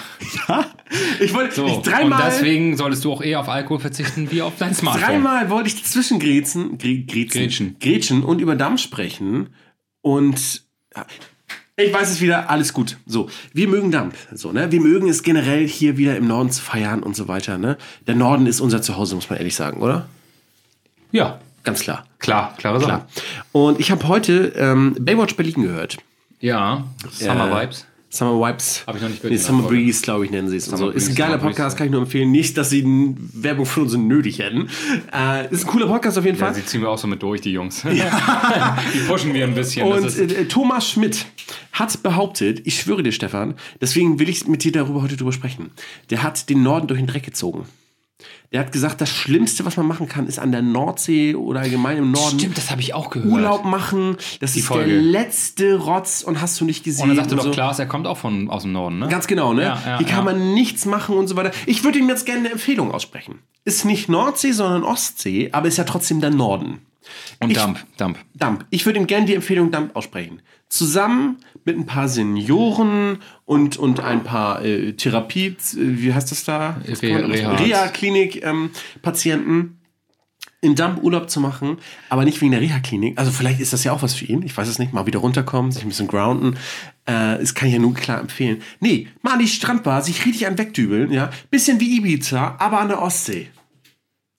S1: Ich wollte
S2: So,
S1: ich dreimal.
S2: Und deswegen solltest du auch eher auf Alkohol verzichten wie auf dein Smartphone.
S1: Dreimal wollte ich dazwischen grätschen, grä, grätschen,
S2: Ah, Grätschen.
S1: grätschen und über Damm sprechen. Und ja, ich weiß es wieder, alles gut. So, wir mögen Damm. So, ne? Wir mögen es generell hier wieder im Norden zu feiern und so weiter. Ne? Der Norden ist unser Zuhause, muss man ehrlich sagen, oder?
S2: Ja,
S1: Ganz klar.
S2: klar, klare Sache.
S1: Klar. Und ich habe heute ähm, Baywatch Berlin gehört.
S2: Ja, Äh, Summer Vibes.
S1: Summer Vibes.
S2: Hab ich noch nicht gehört,
S1: Nee,
S2: die
S1: Summer
S2: Nachfolge.
S1: Breeze, glaube ich, nennen sie es. und So. Ist
S2: Breeze,
S1: ein geiler
S2: Summer Breeze,
S1: Podcast, kann ich nur empfehlen. Nicht, dass sie n- Werbung von uns nötig hätten. Äh, ist ein cooler Podcast auf jeden
S2: Ja,
S1: Fall.
S2: die ziehen wir auch so mit durch, die Jungs. <laughs> die pushen wir ein bisschen. das
S1: Und
S2: ist,
S1: äh, Thomas Schmidt hat behauptet, ich schwöre dir, Stefan, deswegen will ich mit dir darüber heute drüber sprechen. Der hat den Norden durch den Dreck gezogen. Der hat gesagt, das Schlimmste, was man machen kann, ist an der Nordsee oder allgemein im Norden
S2: stimmt, das habe ich auch gehört.
S1: Urlaub machen. Das ist
S2: Folge.
S1: der letzte Rotz und hast du nicht gesehen.
S2: Und dann sagte
S1: und
S2: doch
S1: so.
S2: Klaas, er kommt auch von, aus dem Norden, ne?
S1: Ganz genau, ne?
S2: Ja, ja,
S1: Hier kann
S2: ja.
S1: man nichts machen und so weiter. Ich würde ihm jetzt gerne eine Empfehlung aussprechen. Ist nicht Nordsee, sondern Ostsee, aber ist ja trotzdem der Norden.
S2: Und
S1: Ich-
S2: Dump, Dump.
S1: Dump. Ich würde ihm gerne die Empfehlung Dump aussprechen. Zusammen mit ein paar Senioren und, und ein paar äh, Therapie, äh, wie heißt das da?
S2: Re- Reha-
S1: Reha-Klinik-Patienten ähm, in Dump Urlaub zu machen, aber nicht wegen der Reha-Klinik. Also vielleicht ist das ja auch was für ihn. Ich weiß es nicht. Mal wieder runterkommen, sich ein bisschen grounden. Äh, das kann ich ja nur klar empfehlen. Nee, mal an die Strandbar, sich richtig an wegdübeln, ja. Bisschen wie Ibiza, aber an der Ostsee.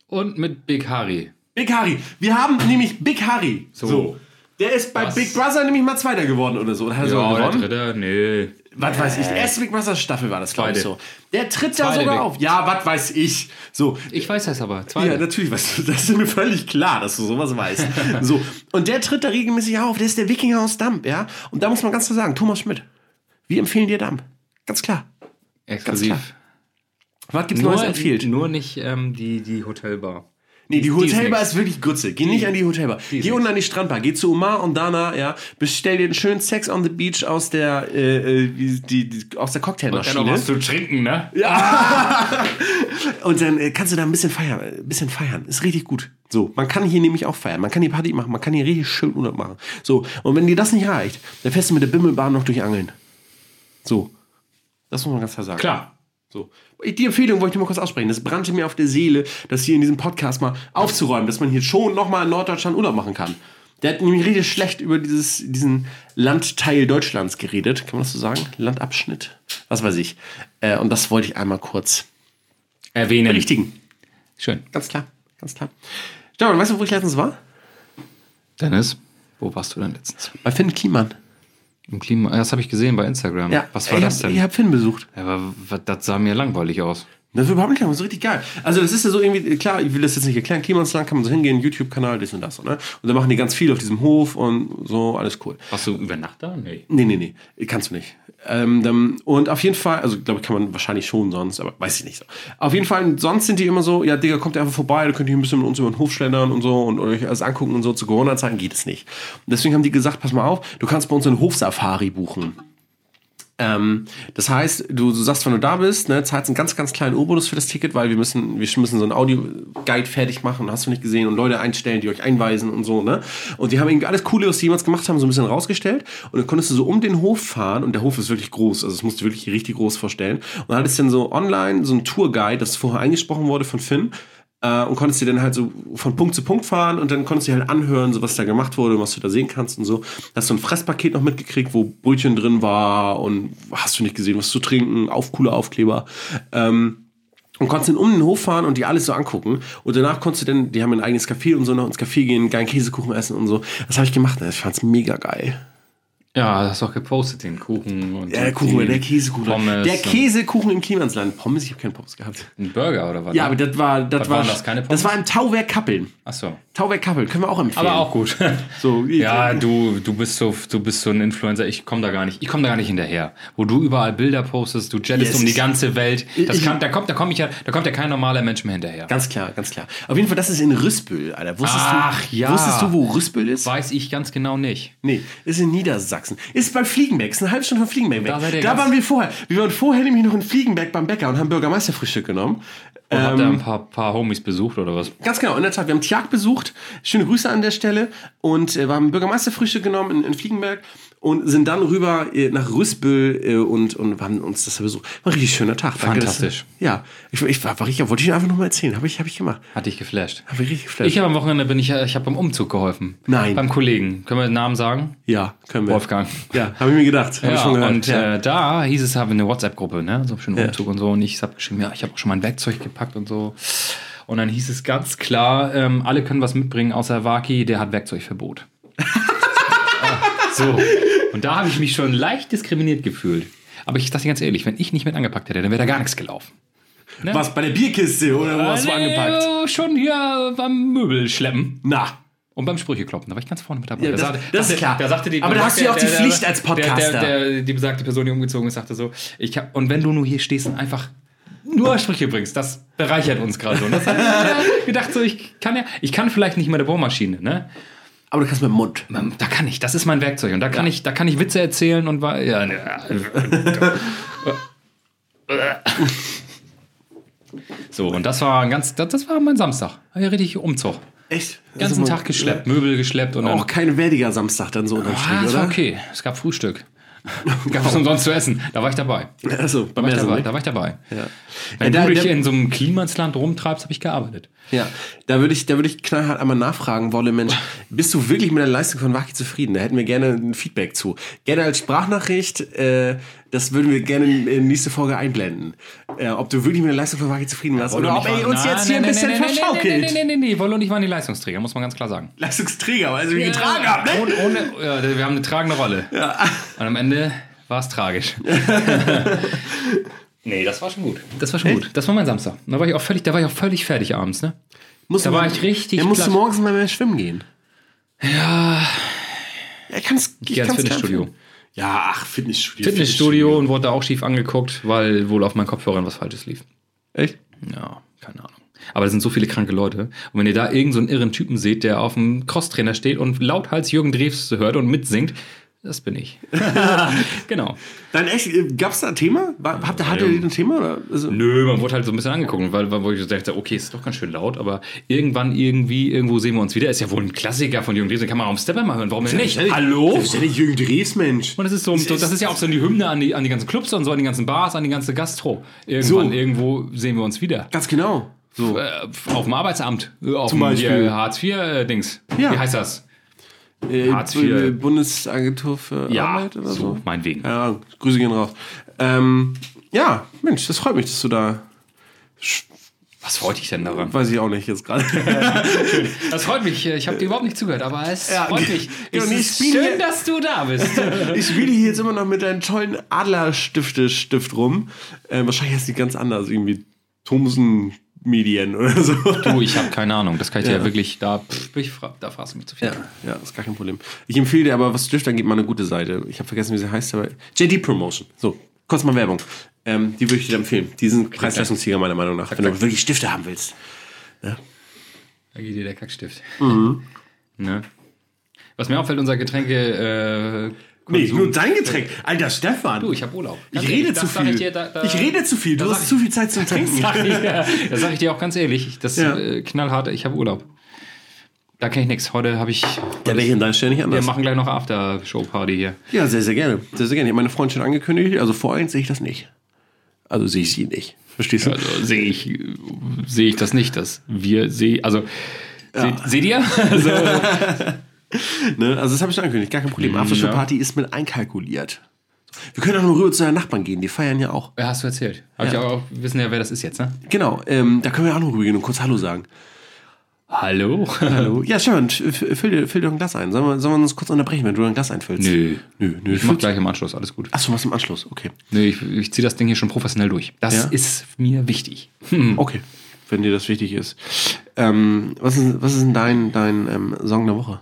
S2: Und mit Big Harry.
S1: Big Harry. Wir haben nämlich Big Harry. So. Der ist bei
S2: Was?
S1: Big Brother nämlich mal Zweiter geworden oder so. Oder hat er sogar
S2: Ja, der
S1: gewonnen?
S2: dritte, nee.
S1: Was weiß ich. Die erste Big Brother Staffel war das, glaube ich, so.
S2: Zweite.
S1: Der tritt da
S2: Zweite
S1: sogar
S2: Big-
S1: auf. Ja, was weiß ich. So.
S2: Ich weiß das aber. Zwei.
S1: Ja, natürlich, weißt du, <laughs> das ist mir völlig klar, dass du sowas weißt.
S2: <laughs>
S1: so. Und der tritt da regelmäßig auf. Der ist der Wikinger aus Dump, ja. Und da muss man ganz klar sagen, Thomas Schmidt, wir empfehlen dir Dump. Ganz klar. ganz
S2: Exklusiv.
S1: Was gibt's Neues
S2: Nur,
S1: empfiehlt?
S2: nur nicht ähm, die, die Hotelbar.
S1: Nee, die
S2: ist
S1: Hotelbar
S2: nix.
S1: ist, wirklich Grütze. Geh nicht an die Hotelbar. Geh unten an die Strandbar. Geh zu Omar und Dana, ja. Bestell dir einen schönen Sex on the Beach aus der, äh, äh, die, die, die, aus der Cocktailmaschine.
S2: Dennoch was zu trinken, ne? Ja.
S1: <laughs> Und dann äh, kannst du da ein bisschen feiern, äh, ein bisschen feiern. Ist richtig gut. So, man kann hier nämlich auch feiern. Man kann hier Party machen, man kann hier richtig schön Urlaub machen. So, und wenn dir das nicht reicht, dann fährst du mit der Bimmelbahn noch durch Angeln. So. Das muss man ganz klar sagen.
S2: Klar.
S1: So. Die Empfehlung wollte ich nur mal kurz aussprechen. Das brannte mir auf der Seele, das hier in diesem Podcast mal aufzuräumen, dass man hier schon nochmal in Norddeutschland Urlaub machen kann. Der hat nämlich richtig schlecht über dieses, diesen Landteil Deutschlands geredet. Kann man das so sagen? Landabschnitt? Was weiß ich. Äh, und das wollte ich einmal kurz
S2: Erwähnen.
S1: berichtigen.
S2: Schön.
S1: Ganz klar, ganz klar. Stefan, weißt du, wo ich letztens war?
S2: Dennis, wo warst du denn letztens?
S1: Bei Finn Kliman.
S2: Im ah, Klima. Das habe ich gesehen bei Instagram. Hm, Was war
S1: ich
S2: das
S1: hab,
S2: denn?
S1: Ich habe Finn besucht.
S2: Aber was- das sah mir langweilig aus.
S1: Das ist überhaupt nicht, das ist richtig geil. Also das ist ja so irgendwie, klar, ich will das jetzt nicht erklären, Klimansland kann man so hingehen, YouTube-Kanal, das und das. Ne? Und dann machen die ganz viel auf diesem Hof und so, alles cool.
S2: Warst du über Nacht da? Nee.
S1: Nee, nee, nee, kannst du nicht. Ähm, dann, und auf jeden Fall, also glaube ich, kann man wahrscheinlich schon sonst, aber weiß ich nicht so. Auf jeden Fall, sonst sind die immer so, ja, Digga, kommt einfach vorbei, da könnt ihr ein bisschen mit uns über den Hof schlendern und so und euch alles angucken und so. Zu Corona-Zeiten geht es nicht. Und deswegen haben die gesagt, pass mal auf, du kannst bei uns einen Hofsafari buchen. Ähm, das heißt, du, du sagst, wenn du da bist, ne, zahlst einen ganz, ganz kleinen Obolus für das Ticket, weil wir müssen, wir müssen so einen Audio-Guide fertig machen, hast du nicht gesehen, und Leute einstellen, die euch einweisen und so, ne? Und die haben irgendwie alles Coole, was die jemals gemacht haben, so ein bisschen rausgestellt. Und dann konntest du so um den Hof fahren, und der Hof ist wirklich groß, also das musst du wirklich richtig groß vorstellen. Und dann hattest du dann so online so einen Tour-Guide, das vorher eingesprochen wurde von Finn, äh, und konntest dir dann halt so von Punkt zu Punkt fahren und dann konntest du dir halt anhören, so was da gemacht wurde und was du da sehen kannst und so. Da hast du ein Fresspaket noch mitgekriegt, wo Brötchen drin war und hast du nicht gesehen, was zu trinken, auf coole Aufkleber. Ähm, und konntest dann um den Hof fahren und die alles so angucken. Und danach konntest du dann, die haben ein eigenes Café und so, noch ins Café gehen, geilen Käsekuchen essen und so. Das habe ich gemacht, ne? ich fand's mega geil.
S2: Ja, das hast du auch gepostet, den Kuchen. Und
S1: Der
S2: den-
S1: Kuchen,
S2: den
S1: der Käsekuchen.
S2: Pommes
S1: der
S2: und
S1: Käsekuchen im Klimansland. Pommes, ich habe keinen Pommes gehabt.
S2: Einen Burger oder was? ne?
S1: Ja, aber das war, das
S2: Was
S1: war,
S2: waren das, keine
S1: das
S2: Pommes?
S1: war im Tauwerk Kappeln.
S2: Achso.
S1: Tauwerk Kappeln, können wir auch empfehlen.
S2: Aber auch gut.
S1: <laughs> So,
S2: ja, du, du bist so, du bist so ein Influencer. Ich komme da gar nicht, ich komme da gar nicht hinterher. Wo du überall Bilder postest, du jettest
S1: Yes.
S2: um die ganze Welt. Das
S1: Ich-
S2: kann, da kommt, da komme ich ja, da kommt ja kein normaler Mensch mehr hinterher.
S1: Ganz klar, ganz klar. Auf jeden Fall, das ist in Rüspel, Alter. Wusstest
S2: Ach,
S1: du,
S2: ja.
S1: Wusstest du, wo Rüspel ist?
S2: Weiß ich ganz genau nicht.
S1: Nee, ist in Niedersachsen. Ist bei Fliegenberg, ist eine halbe Stunde von Fliegenberg weg.
S2: Da seid ihr
S1: Da
S2: ganz-
S1: waren wir vorher. Wir waren vorher nämlich noch in Fliegenberg beim Bäcker und haben Bürgermeisterfrühstück genommen. Ähm,
S2: Und Oh, habt ihr ein paar, paar Homies besucht oder was?
S1: Ganz genau, in der Tat. Wir haben Tjag besucht. Schöne Grüße an der Stelle. Und äh, wir haben Bürgermeisterfrühstück genommen in, in Fliegenberg und sind dann rüber äh, nach Rüspel äh, und, und haben uns das da besucht. War ein richtig schöner Tag. Danke, dass-
S2: Fantastisch.
S1: ja, ich, ich war, war richtig, wollte ich Ihnen einfach nochmal erzählen. Habe ich, hab ich gemacht.
S2: Hat dich geflasht.
S1: Habe ich richtig geflasht.
S2: Ich habe am Wochenende bin ich, ich habe beim Umzug geholfen.
S1: Nein.
S2: Beim Kollegen. Können wir den Namen sagen?
S1: ja, können wir.
S2: Wolfgang.
S1: Ja, habe ich mir gedacht. Hab ich schon gehört.
S2: und
S1: ja.
S2: äh, da hieß es, haben wir eine WhatsApp-Gruppe, ne? So einen schönen Umzug und so. Und ich habe geschrieben, ja, ich habe auch schon mein Werkzeug gepackt und so. Und dann hieß es ganz klar, ähm, alle können was mitbringen, außer Waki, der hat
S1: <laughs>
S2: Werkzeugverbot. Ah, so. Und da habe ich mich schon leicht diskriminiert gefühlt. Aber ich dachte ganz ehrlich, wenn ich nicht mit angepackt hätte, dann wäre da gar nichts gelaufen. ne?
S1: was bei der Bierkiste oder wo hast du
S2: Äh,
S1: angepackt?
S2: nee, Schon hier beim Möbel schleppen.
S1: Na.
S2: Und beim Sprüche kloppen, da war ich ganz vorne mit dabei.
S1: Ja, das- das ist klar.
S2: Da sagte die,
S1: Aber da hast du ja auch die Pflicht als Podcaster.
S2: Der, der, der, die besagte Person, die umgezogen ist, sagte so, ich hab, und wenn du nur hier stehst und einfach nur Sprüche bringst, das bereichert uns gerade so. Und das hab ich mir <laughs> gedacht, so, ich kann ja, ich kann vielleicht nicht mit der Bohrmaschine, ne?
S1: Aber du kannst mit dem Mund.
S2: Man- Da kann ich, das ist mein Werkzeug und da kann ich, da kann ich Witze erzählen und war, ja, ne, <laughs> So, und das war ein ganz, das, das war mein Samstag. War ja richtig Umzug.
S1: Echt?
S2: Ganzen Tag geschleppt, Möbel geschleppt und dann
S1: Auch kein werdiger Samstag dann so unterm
S2: Ah,
S1: Strich,
S2: das war
S1: oder?
S2: okay. Es gab Frühstück. <laughs> gab es umsonst zu essen. Da war ich dabei. Da
S1: Achso, beim
S2: war ich
S1: Essen.
S2: dabei.
S1: ne?
S2: Da war ich dabei.
S1: Ja.
S2: Wenn
S1: Ja, da-
S2: du dich
S1: da-
S2: in so einem Klimasland rumtreibst, habe ich gearbeitet.
S1: Ja, da würde ich, da würde ich knallhart einmal nachfragen wollen, Mensch, bist du wirklich mit der Leistung von Waki zufrieden? Da hätten wir gerne ein Feedback zu. Gerne als Sprachnachricht, äh, das würden wir gerne in in nächste Folge einblenden. Äh, ob du wirklich mit der Leistung von Waki zufrieden warst oder ob
S2: Wollo und ich
S1: er
S2: waren-
S1: uns
S2: Nein,
S1: jetzt hier ein
S2: nein,
S1: bisschen
S2: nein, nein, Nein, nein,
S1: verschaukelt.
S2: nein, nein, nein, Wollo und ich waren die Leistungsträger, muss man ganz klar sagen.
S1: Leistungsträger, weil sie mich getragen haben, ne?
S2: Ohne, ohne, ja, wir haben eine tragende Rolle. Und am Ende war es
S1: <laughs>
S2: tragisch. nee, das war schon gut. Das war schon gut. Das war mein Samstag. Da war ich auch völlig, da war ich auch völlig fertig abends, ne?
S1: Musst
S2: Da
S1: du-
S2: war ich richtig
S1: Er musste
S2: platt.
S1: morgens mal mehr schwimmen gehen. Ja. Er kann's, ich
S2: geh ans
S1: kann's
S2: Fitnessstudio.
S1: gar nicht. Ja, ach, Fitnessstudio.
S2: Fitnessstudio und wurde da auch schief angeguckt, weil wohl auf meinen Kopfhörern was Falsches lief.
S1: Echt?
S2: Ja, keine Ahnung. Aber da sind so viele kranke Leute. Und wenn ihr da irgendeinen so einen irren Typen seht, der auf dem Crosstrainer steht und lauthals Jürgen Drews hört und mitsingt, das bin <laughs> ich. genau.
S1: Dann echt, äh, gab's da ein Thema? War, habt ihr, hattet
S2: ähm,
S1: ihr ein Thema? Oder? Also,
S2: Nö, man wurde halt so ein bisschen angeguckt, weil, weil wo ich so dachte, okay, ist doch ganz schön laut, aber irgendwann, irgendwie, irgendwo sehen wir uns wieder. Ist ja wohl ein Klassiker von Jürgen Drews, den kann man auch im Stepper mal hören. Warum denn nicht? Hallo?
S1: Das ist ja nicht Jürgen Drees, Mensch.
S2: Und das ist so, das ist ja auch so die Hymne an die, an die ganzen Clubs und so, an die ganzen Bars, an die ganze Gastro. Irgendwann,
S1: So.
S2: irgendwo sehen wir uns wieder.
S1: Ganz genau. So.
S2: Äh, auf dem Arbeitsamt. äh, Auf
S1: Zum
S2: dem
S1: Beispiel.
S2: hier, Hartz IV-Dings.
S1: Ja.
S2: Wie heißt das?
S1: Äh,
S2: Hartz
S1: B-
S2: IV.
S1: Bundesagentur für Arbeit oder so.
S2: meinetwegen.
S1: Keine Ahnung. Grüße gehen raus. Ähm, ja, Mensch, das freut mich, dass du da.
S2: Was freut dich denn daran?
S1: Weiß ich auch nicht jetzt gerade.
S2: Das freut mich. äh, Ich habe dir überhaupt nicht zugehört, aber es
S1: Ja,
S2: freut
S1: ge-
S2: mich.
S1: genau,
S2: Es
S1: nee,
S2: ist
S1: ich bin
S2: schön,
S1: hier-
S2: dass du da bist. <laughs>
S1: ich spiele hier jetzt immer noch mit deinem tollen Adlerstifte-Stift rum. Äh, wahrscheinlich ist die ganz anders irgendwie. Thomsen Medien oder so.
S2: Du, Oh, ich habe keine Ahnung. Das kann ich dir
S1: Ja.
S2: ja wirklich, da, pff, ich, fra- da fragst du mich zu viel.
S1: Ja, ja, ist gar kein Problem. Ich empfehle dir aber, was Stift angeht, mal eine gute Seite. Ich habe vergessen, wie sie heißt, aber JD Promotion. So, kurz mal Werbung. Ähm, die würde ich dir empfehlen. Die sind Preis-Leistungssieger meiner Meinung nach, wenn du wirklich Stifte haben willst.
S2: Da geht dir der Kackstift. Ne? Was mir auffällt, unser Getränke. Äh,
S1: Nee,
S2: Konsum-
S1: nur dein Getränk. Alter, Stefan.
S2: Du, ich habe Urlaub.
S1: Ich
S2: Ganz
S1: rede
S2: ehrlich,
S1: zu
S2: das sag
S1: viel.
S2: Ich, dir, da, da,
S1: ich rede zu viel. Du
S2: das sag
S1: hast
S2: ich-
S1: zu viel Zeit zum Trinken.
S2: <laughs> Sag ich, ja, das sage ich dir auch ganz ehrlich. Das
S1: Ja.
S2: äh, knallharte, ich habe Urlaub. Da kenne ich nichts. Heute habe ich.
S1: Der wäre hier in deiner Stelle nicht
S2: Wir
S1: anders.
S2: machen gleich noch After-Show-Party hier.
S1: Ja, sehr, sehr gerne. Sehr, sehr gerne. Ich habe meine Freundin schon angekündigt. Also vor eins sehe ich das nicht. Also sehe ich sie nicht. Verstehst du?
S2: Also sehe ich, äh, sehe ich das nicht, dass wir sehen. Also, seht, seht ihr? <laughs> Also,
S1: Ne? Also das habe ich schon angekündigt, gar kein Problem. Aftershow Party ist mit einkalkuliert. Wir können auch nur rüber zu deinen Nachbarn gehen, die feiern ja auch.
S2: hast du erzählt. Hab
S1: Ja.
S2: ich auch, wissen ja, wer das ist jetzt, ne?
S1: Genau, ähm, da können wir auch noch rübergehen und kurz Hallo sagen.
S2: Hallo?
S1: Hallo. Ja, Stefan, f- füll dir, füll dir doch ein Glas ein. Sollen wir, sollen wir uns kurz unterbrechen, wenn du ein Glas einfüllst?
S2: Nö.
S1: Nö, nö.
S2: <laughs> Ich mach
S1: Füll-
S2: gleich im Anschluss, alles gut.
S1: Achso, was im Anschluss, okay.
S2: Nö, ich, ich ziehe das Ding hier schon professionell durch. Das
S1: Ja.
S2: ist mir wichtig.
S1: Okay, wenn dir das wichtig ist. Ähm, was, ist was ist denn dein, dein ähm, Song der Woche?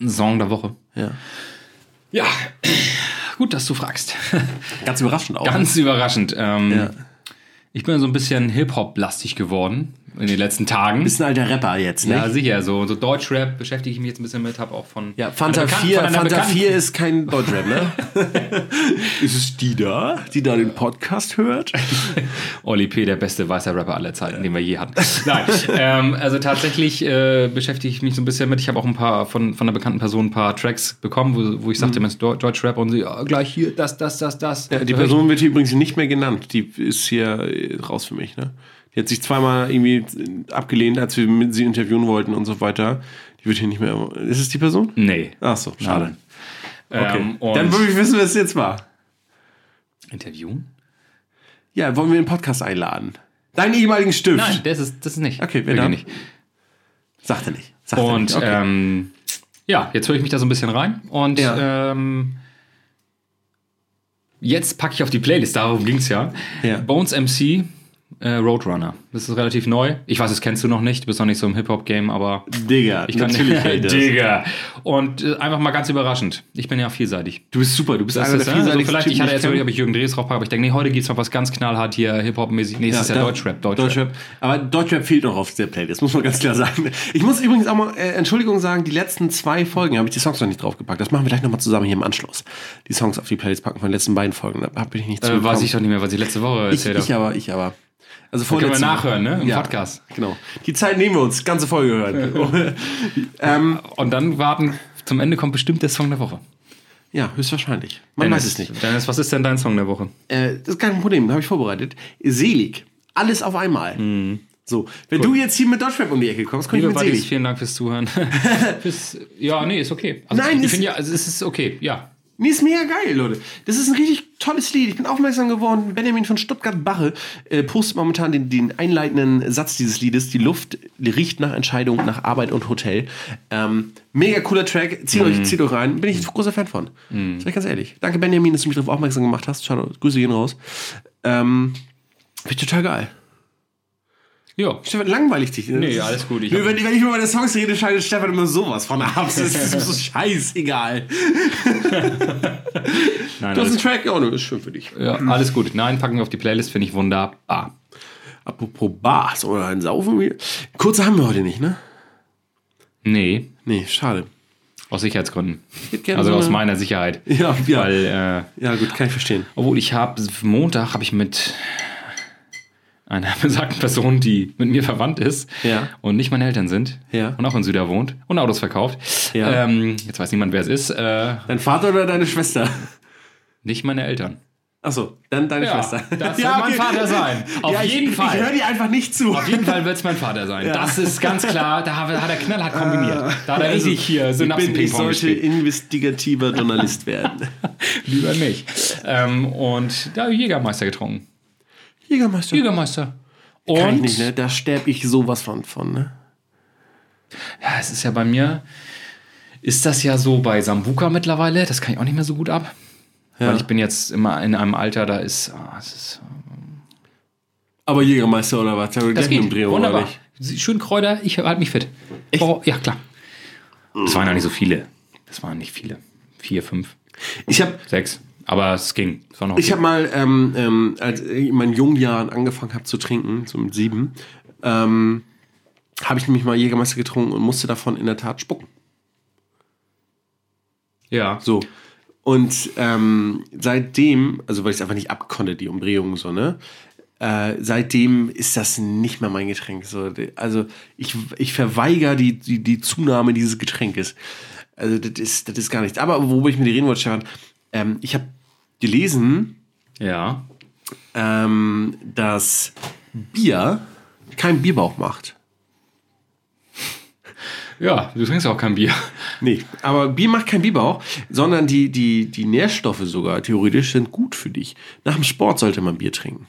S2: Ein Song der Woche.
S1: Ja.
S2: Ja, <clears throat> gut, dass du fragst. <laughs>
S1: Ganz überraschend auch.
S2: Ganz überraschend. Ähm,
S1: Ja.
S2: Ich bin so ein bisschen Hip-Hop-lastig geworden in den letzten Tagen.
S1: Bist ein alter Rapper jetzt, ne?
S2: ja, sicher. So, so Deutschrap beschäftige ich mich jetzt ein bisschen mit. Hab auch von.
S1: Ja,
S2: von
S1: Fanta
S2: einer Bekan-
S1: 4,
S2: von einer
S1: Fanta
S2: Bekannten-
S1: 4 ist kein ne? Deutschrap, ne?
S2: <laughs>
S1: ist es die da, die da den Podcast hört?
S2: <laughs> Oli P., der beste weiße Rapper aller Zeiten, den wir je hatten. <laughs> Nein, ähm, also tatsächlich äh, beschäftige ich mich so ein bisschen mit. Ich habe auch ein paar von, von einer bekannten Person ein paar Tracks bekommen, wo, wo ich sagte, Mensch, Deu- Deutschrap und sie, ah, gleich hier, das, das, das, das.
S1: Ja, die Person wird hier übrigens nicht mehr genannt. Die ist hier äh, raus für mich, ne? Die hat sich zweimal irgendwie äh, abgelehnt, als wir mit sie interviewen wollten und so weiter. Die wird hier nicht mehr. Ist es die Person?
S2: Nee.
S1: Ach so, schade.
S2: Okay.
S1: Okay.
S2: Ähm, und
S1: Dann würde ich wissen, wer es jetzt war.
S2: Interviewen?
S1: Ja, wollen wir in den Podcast einladen? Deinen ehemaligen Stift.
S2: Nein, das ist, das ist nicht.
S1: Okay, wer
S2: Wirklich
S1: dann?
S2: nicht.
S1: Sagt er nicht. Sagt er
S2: Und
S1: nicht. Okay.
S2: ähm, ja, jetzt höre ich mich da so ein bisschen rein und
S1: Ja.
S2: ähm, jetzt packe ich auf die Playlist, darum ging es ja.
S1: Ja.
S2: Bones MC, äh, Roadrunner. Das ist relativ neu. Ich weiß, das kennst du noch nicht, du bist noch nicht so im Hip-Hop-Game, aber
S1: Digga,
S2: ich kann <laughs>
S1: natürlich. hält das.
S2: Digga. Und äh, einfach mal ganz überraschend. Ich bin ja vielseitig.
S1: Du bist super, du bist
S2: Das
S1: einer
S2: ist,
S1: der
S2: ne? also
S1: vielseitigsten
S2: vielleicht, ich
S1: Typen,
S2: hatte
S1: die
S2: jetzt
S1: kenn.
S2: überlegt, ob ich Jürgen Drees draufpacke, aber ich denke, nee, heute geht's mal was ganz knallhart hier Hip-Hop-mäßig. Nee, es ist ja
S1: da-
S2: Deutschrap, Deutschrap.
S1: Aber Deutschrap fehlt noch auf der Playlist, muss man ganz klar sagen. Ich muss übrigens auch mal äh, Entschuldigung sagen, die letzten zwei Folgen habe ich die Songs noch nicht draufgepackt. Das machen wir gleich nochmal zusammen hier im Anschluss. Die Songs auf die Playlist packen von den letzten beiden Folgen. Da bin ich nicht
S2: Äh, weiß ich
S1: zugekommen.
S2: doch nicht mehr, was ich letzte Woche
S1: ich,
S2: erzählt
S1: ich
S2: habe.
S1: aber, ich aber. Also
S2: Können wir
S1: vorletzte
S2: nachhören, ne? Im
S1: Ja,
S2: Podcast.
S1: Genau. Die Zeit nehmen wir uns, ganze Folge hören.
S2: Und dann warten, zum Ende kommt bestimmt der Song der Woche.
S1: ja, höchstwahrscheinlich. Man weiß es nicht.
S2: Dennis, was ist denn dein Song der Woche?
S1: Äh, das ist kein Problem, habe ich vorbereitet. Selig. Alles auf einmal. So, wenn du jetzt hier mit Deutschrap um die Ecke kommst, könnte
S2: Mhm. Liebe Buddies,
S1: ich mit Selig.
S2: vielen Dank fürs
S1: <laughs>
S2: Zuhören. Bis, ja, nee, ist okay. Also,
S1: Nein,
S2: ich
S1: ist-
S2: finde ja, also, es ist okay, ja.
S1: Nee, ist mega geil, Leute. Das ist ein richtig tolles Lied. Ich bin aufmerksam geworden. Benjamin von Stuttgart-Bache äh, postet momentan den, den einleitenden Satz dieses Liedes. Die Luft riecht nach Entscheidung, nach Arbeit und Hotel. Ähm, mega cooler Track. Zieht,
S2: Mhm.
S1: euch, zieht euch rein. Bin ich ein großer Fan von. Sag ich ganz ehrlich. Danke, Benjamin, dass du mich darauf aufmerksam gemacht hast. Schade, Grüße gehen raus. Ähm, Finde ich total geil.
S2: Ja.
S1: Stefan, langweilig dich.
S2: Nee, alles gut, ich
S1: Ich Nö,
S2: hab-
S1: wenn, wenn ich über meine Songs rede, schaltet Stefan immer sowas von ab. Das ist
S2: <laughs>
S1: so scheißegal.
S2: Nein,
S1: Du hast einen
S2: alles,
S1: Track. Oh, ne, ist schön für dich.
S2: ja, alles gut. Nein, packen wir auf die Playlist, finde ich wunderbar.
S1: Apropos Bars oder ein Saufen. wir- Kurze haben wir heute nicht, ne?
S2: Nee,
S1: Nee, schade.
S2: aus Sicherheitsgründen.
S1: hätte gerne
S2: Also
S1: so
S2: aus
S1: eine-
S2: meiner Sicherheit.
S1: Ja, ja.
S2: Weil, äh,
S1: ja, gut, kann ich verstehen.
S2: obwohl ich habe, Montag habe ich mit einer <laughs> besagten Person, die mit mir verwandt ist
S1: Ja.
S2: und nicht meine Eltern sind
S1: Ja.
S2: und auch in Süder wohnt und Autos verkauft.
S1: Ja.
S2: Ähm, jetzt weiß niemand, wer es ist. Äh,
S1: Dein Vater oder deine Schwester?
S2: Nicht meine Eltern.
S1: Achso, dann deine Schwester. <laughs>
S2: das wird mein Vater sein. Auf
S1: Ja, ich-
S2: jeden Fall.
S1: Ich höre dir einfach nicht zu.
S2: auf jeden Fall wird es mein Vater
S1: <laughs>
S2: sein. Das ist ganz klar. Da hat hat er knallhart kombiniert. Da hat er
S1: Also,
S2: richtig hier
S1: ich, bin, ich
S2: Synapsen-Ping-Pong
S1: sollte
S2: gespielt. <laughs>
S1: investigativer Journalist werden.
S2: Lieber nicht. Ähm, und da habe ich Jägermeister getrunken.
S1: Jägermeister.
S2: Jägermeister. Und
S1: Kann ich nicht, ne? Da sterbe ich sowas von, von ne?
S2: ja, Ah, es ist ja bei mir, ist das ja so bei Sambuka mittlerweile, das kann ich auch nicht mehr so gut ab. Weil ich bin jetzt immer in einem Alter, da ist, ah, es ist
S1: Aber Jägermeister oder was?
S2: Das
S1: Gleich mit dem
S2: geht.
S1: Drehung,
S2: Wunderbar.
S1: oder nicht?
S2: Schön Kräuter, ich halte mich fit. Oh, ja, klar. Das waren ja nicht so viele. Das waren nicht viele. Vier, fünf,
S1: Ich habe
S2: sechs. Aber es ging. Es war noch
S1: Ich habe mal, ähm, ähm, als ich in meinen jungen Jahren angefangen habe zu trinken, so mit sieben, ähm, habe ich nämlich mal Jägermeister getrunken und musste davon in der Tat spucken.
S2: ja.
S1: So. Und ähm, seitdem, also weil ich es einfach nicht abkonnte, die Umdrehung so, ne? Äh, seitdem ist das nicht mehr mein Getränk. So, de- also ich, ich verweigere die, die, die Zunahme dieses Getränkes. Also das ist, das ist gar nichts. Aber worüber ich mit dir reden wollte, Stefan, ähm, ich habe gelesen,
S2: Ja.
S1: ähm, dass Bier keinen Bierbauch macht.
S2: Ja, du trinkst ja auch kein Bier. <laughs>
S1: Nee, aber Bier macht keinen Bierbauch, sondern die, die, die Nährstoffe sogar theoretisch sind gut für dich. Nach dem Sport sollte man Bier trinken.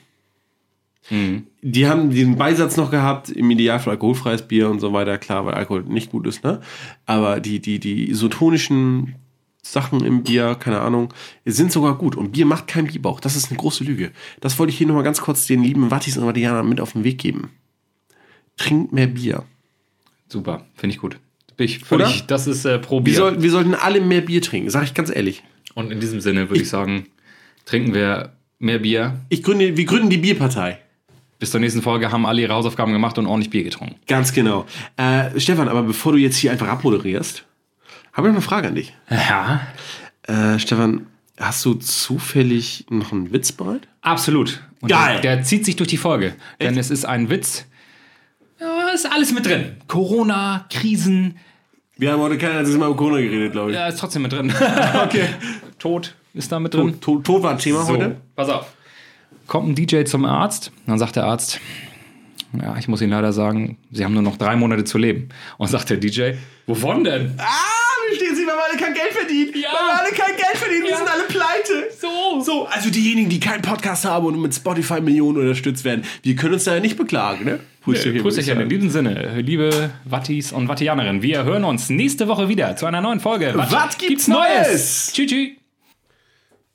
S1: Die haben den Beisatz noch gehabt, im Idealfall alkoholfreies Bier und so weiter, klar, weil Alkohol nicht gut ist, ne? Aber die, die, die isotonischen Sachen im Bier, keine Ahnung, sind sogar gut. Und Bier macht keinen Bierbauch. Das ist eine große Lüge. Das wollte ich hier nochmal ganz kurz den lieben Wattis und Wattianern mit auf den Weg geben. Trinkt mehr Bier.
S2: Super, finde ich gut. Bin ich völlig,
S1: Oder?
S2: Das ist äh, pro
S1: Wir,
S2: Bier.
S1: sollten, wir sollten alle mehr Bier trinken, sage ich ganz ehrlich.
S2: Und in diesem Sinne würde ich sagen, trinken wir mehr Bier.
S1: Ich gründe, wir gründen die Bierpartei.
S2: Bis zur nächsten Folge haben alle ihre Hausaufgaben gemacht und ordentlich Bier getrunken.
S1: Ganz genau. Äh, Stefan, aber bevor du jetzt hier einfach abmoderierst, habe ich noch eine Frage an dich.
S2: Ja.
S1: Äh, Stefan, hast du zufällig noch einen Witz bereit?
S2: Absolut. Und
S1: Geil.
S2: Der, der zieht sich durch die Folge. Denn es ist ein Witz. Ja, ist alles mit drin. Corona, Krisen,
S1: Wir haben heute keiner das Mal über Corona geredet, glaube ich.
S2: ja, ist trotzdem mit drin. <laughs>
S1: Okay.
S2: Tod ist da mit drin.
S1: Tod, Tod war ein Thema heute.
S2: pass auf. Kommt ein DJ zum Arzt, dann sagt der Arzt, ja, ich muss Ihnen leider sagen, Sie haben nur noch drei Monate zu leben. Und sagt der DJ, wovon denn?
S1: Ah, wir stehen sie, weil wir alle kein Geld verdienen.
S2: Ja.
S1: Weil wir alle kein Geld verdienen, wir
S2: Ja.
S1: sind alle pleite.
S2: So.
S1: So, also diejenigen, die keinen Podcast haben und mit Spotify Millionen unterstützt werden, wir können uns da ja nicht beklagen, ne? Grüß
S2: Äh, Grüß
S1: würde ich
S2: euch in
S1: sagen.
S2: diesem Sinne, liebe Wattis und Wattianerinnen. Wir hören uns nächste Woche wieder zu einer neuen Folge.
S1: Was gibt's Neues?
S2: Tschüss, tschüss.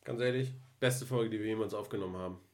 S1: Ganz ehrlich, beste Folge, die wir jemals aufgenommen haben.